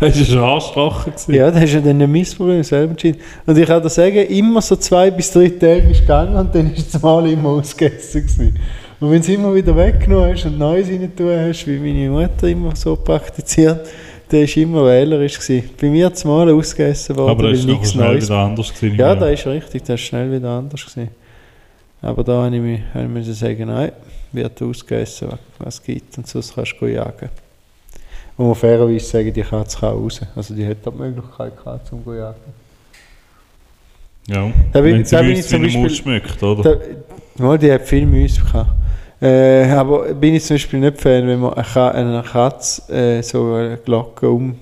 S3: das war schon Arschrache. gewesen.
S2: Ja, das ist ja dann nicht mein Problem, selber entschieden. Und ich kann dir sagen, immer so zwei bis drei Tage ist gegangen und dann ist es mal immer ausgegessen gewesen. Und wenn es immer wieder weggenommen hast und Neues rein tun hast, wie meine Mutter immer so praktiziert, dann war immer wählerisch. Gewesen. Bei mir hat mal ausgegessen worden,
S3: Aber das ist
S2: weil
S3: noch
S2: nichts
S3: schnell
S2: Neues.
S3: wieder anders gewesen.
S2: Ja, das ist richtig, das ist schnell wieder anders gewesen. Aber da habe ich mir habe ich müssen sagen, nein, wird ausgegessen, was- was es gibt, und sonst kannst du gehen jagen. Und man fairerweise sagen, die Katze kann raus. Also die hat auch die Möglichkeit gehabt, zum zu jagen.
S3: ja.
S2: Da bin-
S3: Wenn sie
S2: da bin ich
S3: wüsste,
S2: zum
S3: wie eine Maus
S2: Beispiel-
S3: schmeckt, oder?
S2: Da, mal, die hat viel Müsse gehabt. Äh, aber bin ich zum Beispiel nicht Fan, wenn man eine Ka- einer Katze äh, so eine Glocke um,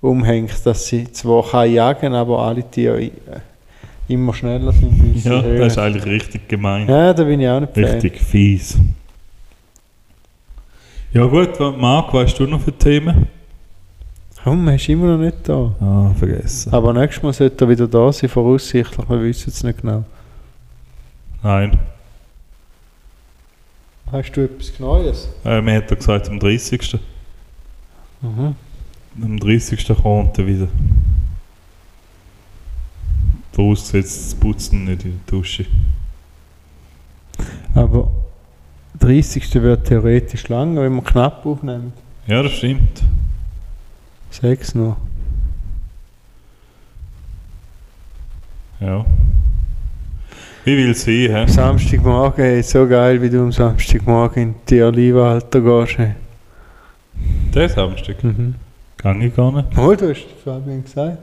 S2: umhängt, dass sie zwar kann jagen, aber alle Tiere äh, immer schneller sind. weil sie
S3: ja,
S2: hören.
S3: das ist eigentlich richtig gemein.
S2: ja, da bin ich auch nicht Fan.
S3: richtig fies. Ja gut, wa- Marc, weißt du noch für Themen?
S2: Warum ist immer noch nicht da?
S3: Ah, vergessen.
S2: Aber nächstes Mal sollte er wieder da sein, voraussichtlich, wir wissen es nicht genau.
S3: Nein.
S2: Hast du etwas Neues?
S3: Äh, mir hat er gesagt, am 30.
S2: Mhm.
S3: Am 30. kommt er wieder. Vorausgesetzt, das Putzen nicht in der Dusche.
S2: Aber 30. wird theoretisch lang, wenn wir knapp aufnehmen.
S3: Ja, das stimmt.
S2: Sechs noch.
S3: Ja. Wie will sie, hä?
S2: Am Samstagmorgen, ey, so geil, wie du am Samstagmorgen in die Olivenalter gehst. ey.
S3: Der Samstag.
S2: Mhm.
S3: Gang ich gar nicht.
S2: Mal, du hast Fabian gesagt,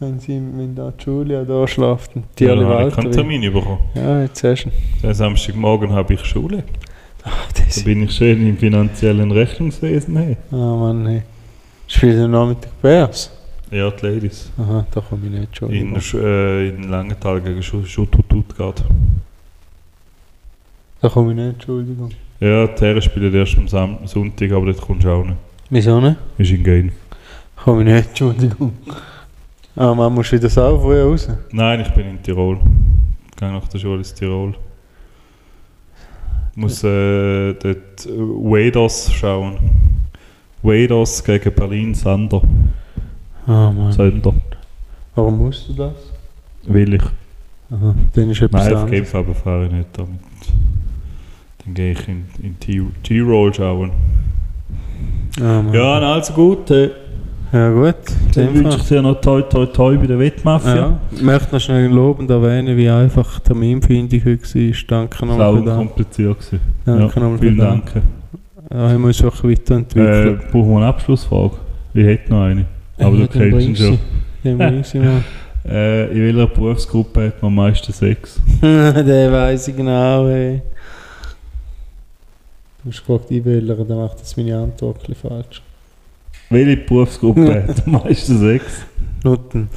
S2: wenn, sie, wenn da Julia da schlaft und die
S3: Ja, dann habe ich keinen
S2: Olivenalter.
S3: Termin bekommen.
S2: Ja, jetzt hast du ihn.
S3: Den Samstagmorgen habe ich Schule.
S2: Ach,
S3: Da
S2: das
S3: bin ich schön im finanziellen Rechnungswesen. Hey.
S2: Ah, Mann, ey. Spielt er noch mit den Bears?
S3: Ja, die Ladies.
S2: Aha, da komme ich nicht schon.
S3: In, Sch- äh, in Langenthal gegen Schu- Schuttutut geht.
S2: Da komme ich nicht, Entschuldigung.
S3: Ja, die Herren spielen erst am Sam Sonntag, aber dort kommst du auch nicht.
S2: Wieso nicht?
S3: Ist in Gain.
S2: Komme ich nicht, Entschuldigung. Ah, man muss wieder sauber früher raus.
S3: Nein, ich bin in Tirol. Ich gehe nach der Schule ins Tirol. muss äh, dort Wedos schauen. Wedos gegen Berlin Sander.
S2: Mhm. Ah, Mann.
S3: Sander.
S2: Warum musst du das?
S3: Will ich.
S2: Aha, dann ist etwas
S3: Nein, auf
S2: anderes.
S3: jeden Fall fahre ich nicht damit. Dann gehe ich in, in Ti- Tirol schauen.
S2: Ah, Mann.
S3: Ja, na, also gut. Äh,
S2: ja, gut. in
S3: dann
S2: dem
S3: wünsche ich
S2: Fall.
S3: dir noch toi toi toi bei der Wettmafia.
S2: ja. Ich möchte noch schnell lobend erwähnen, wie einfach die Terminfindung heute war. Danke
S3: Das war
S2: nochmal für das.
S3: unkompliziert. gewesen.
S2: Danke nochmal für
S3: Vielen
S2: das.
S3: Dank.
S2: Ja, haben wir uns auch
S3: Äh,
S2: weiterentwickelt.
S3: brauchen wir eine Abschlussfrage? Ich hätte noch eine. Äh, Aber du kennst ihn schon.
S2: Den weiß ich mal.
S3: Äh, in welcher Berufsgruppe hat man am meisten Sex?
S2: Den weiß ich genau, ey. Du hast gefragt, ich will, dann macht jetzt meine Antwort ein bisschen falsch.
S3: Welche Berufsgruppe hat am meisten Sex?
S2: Nutten.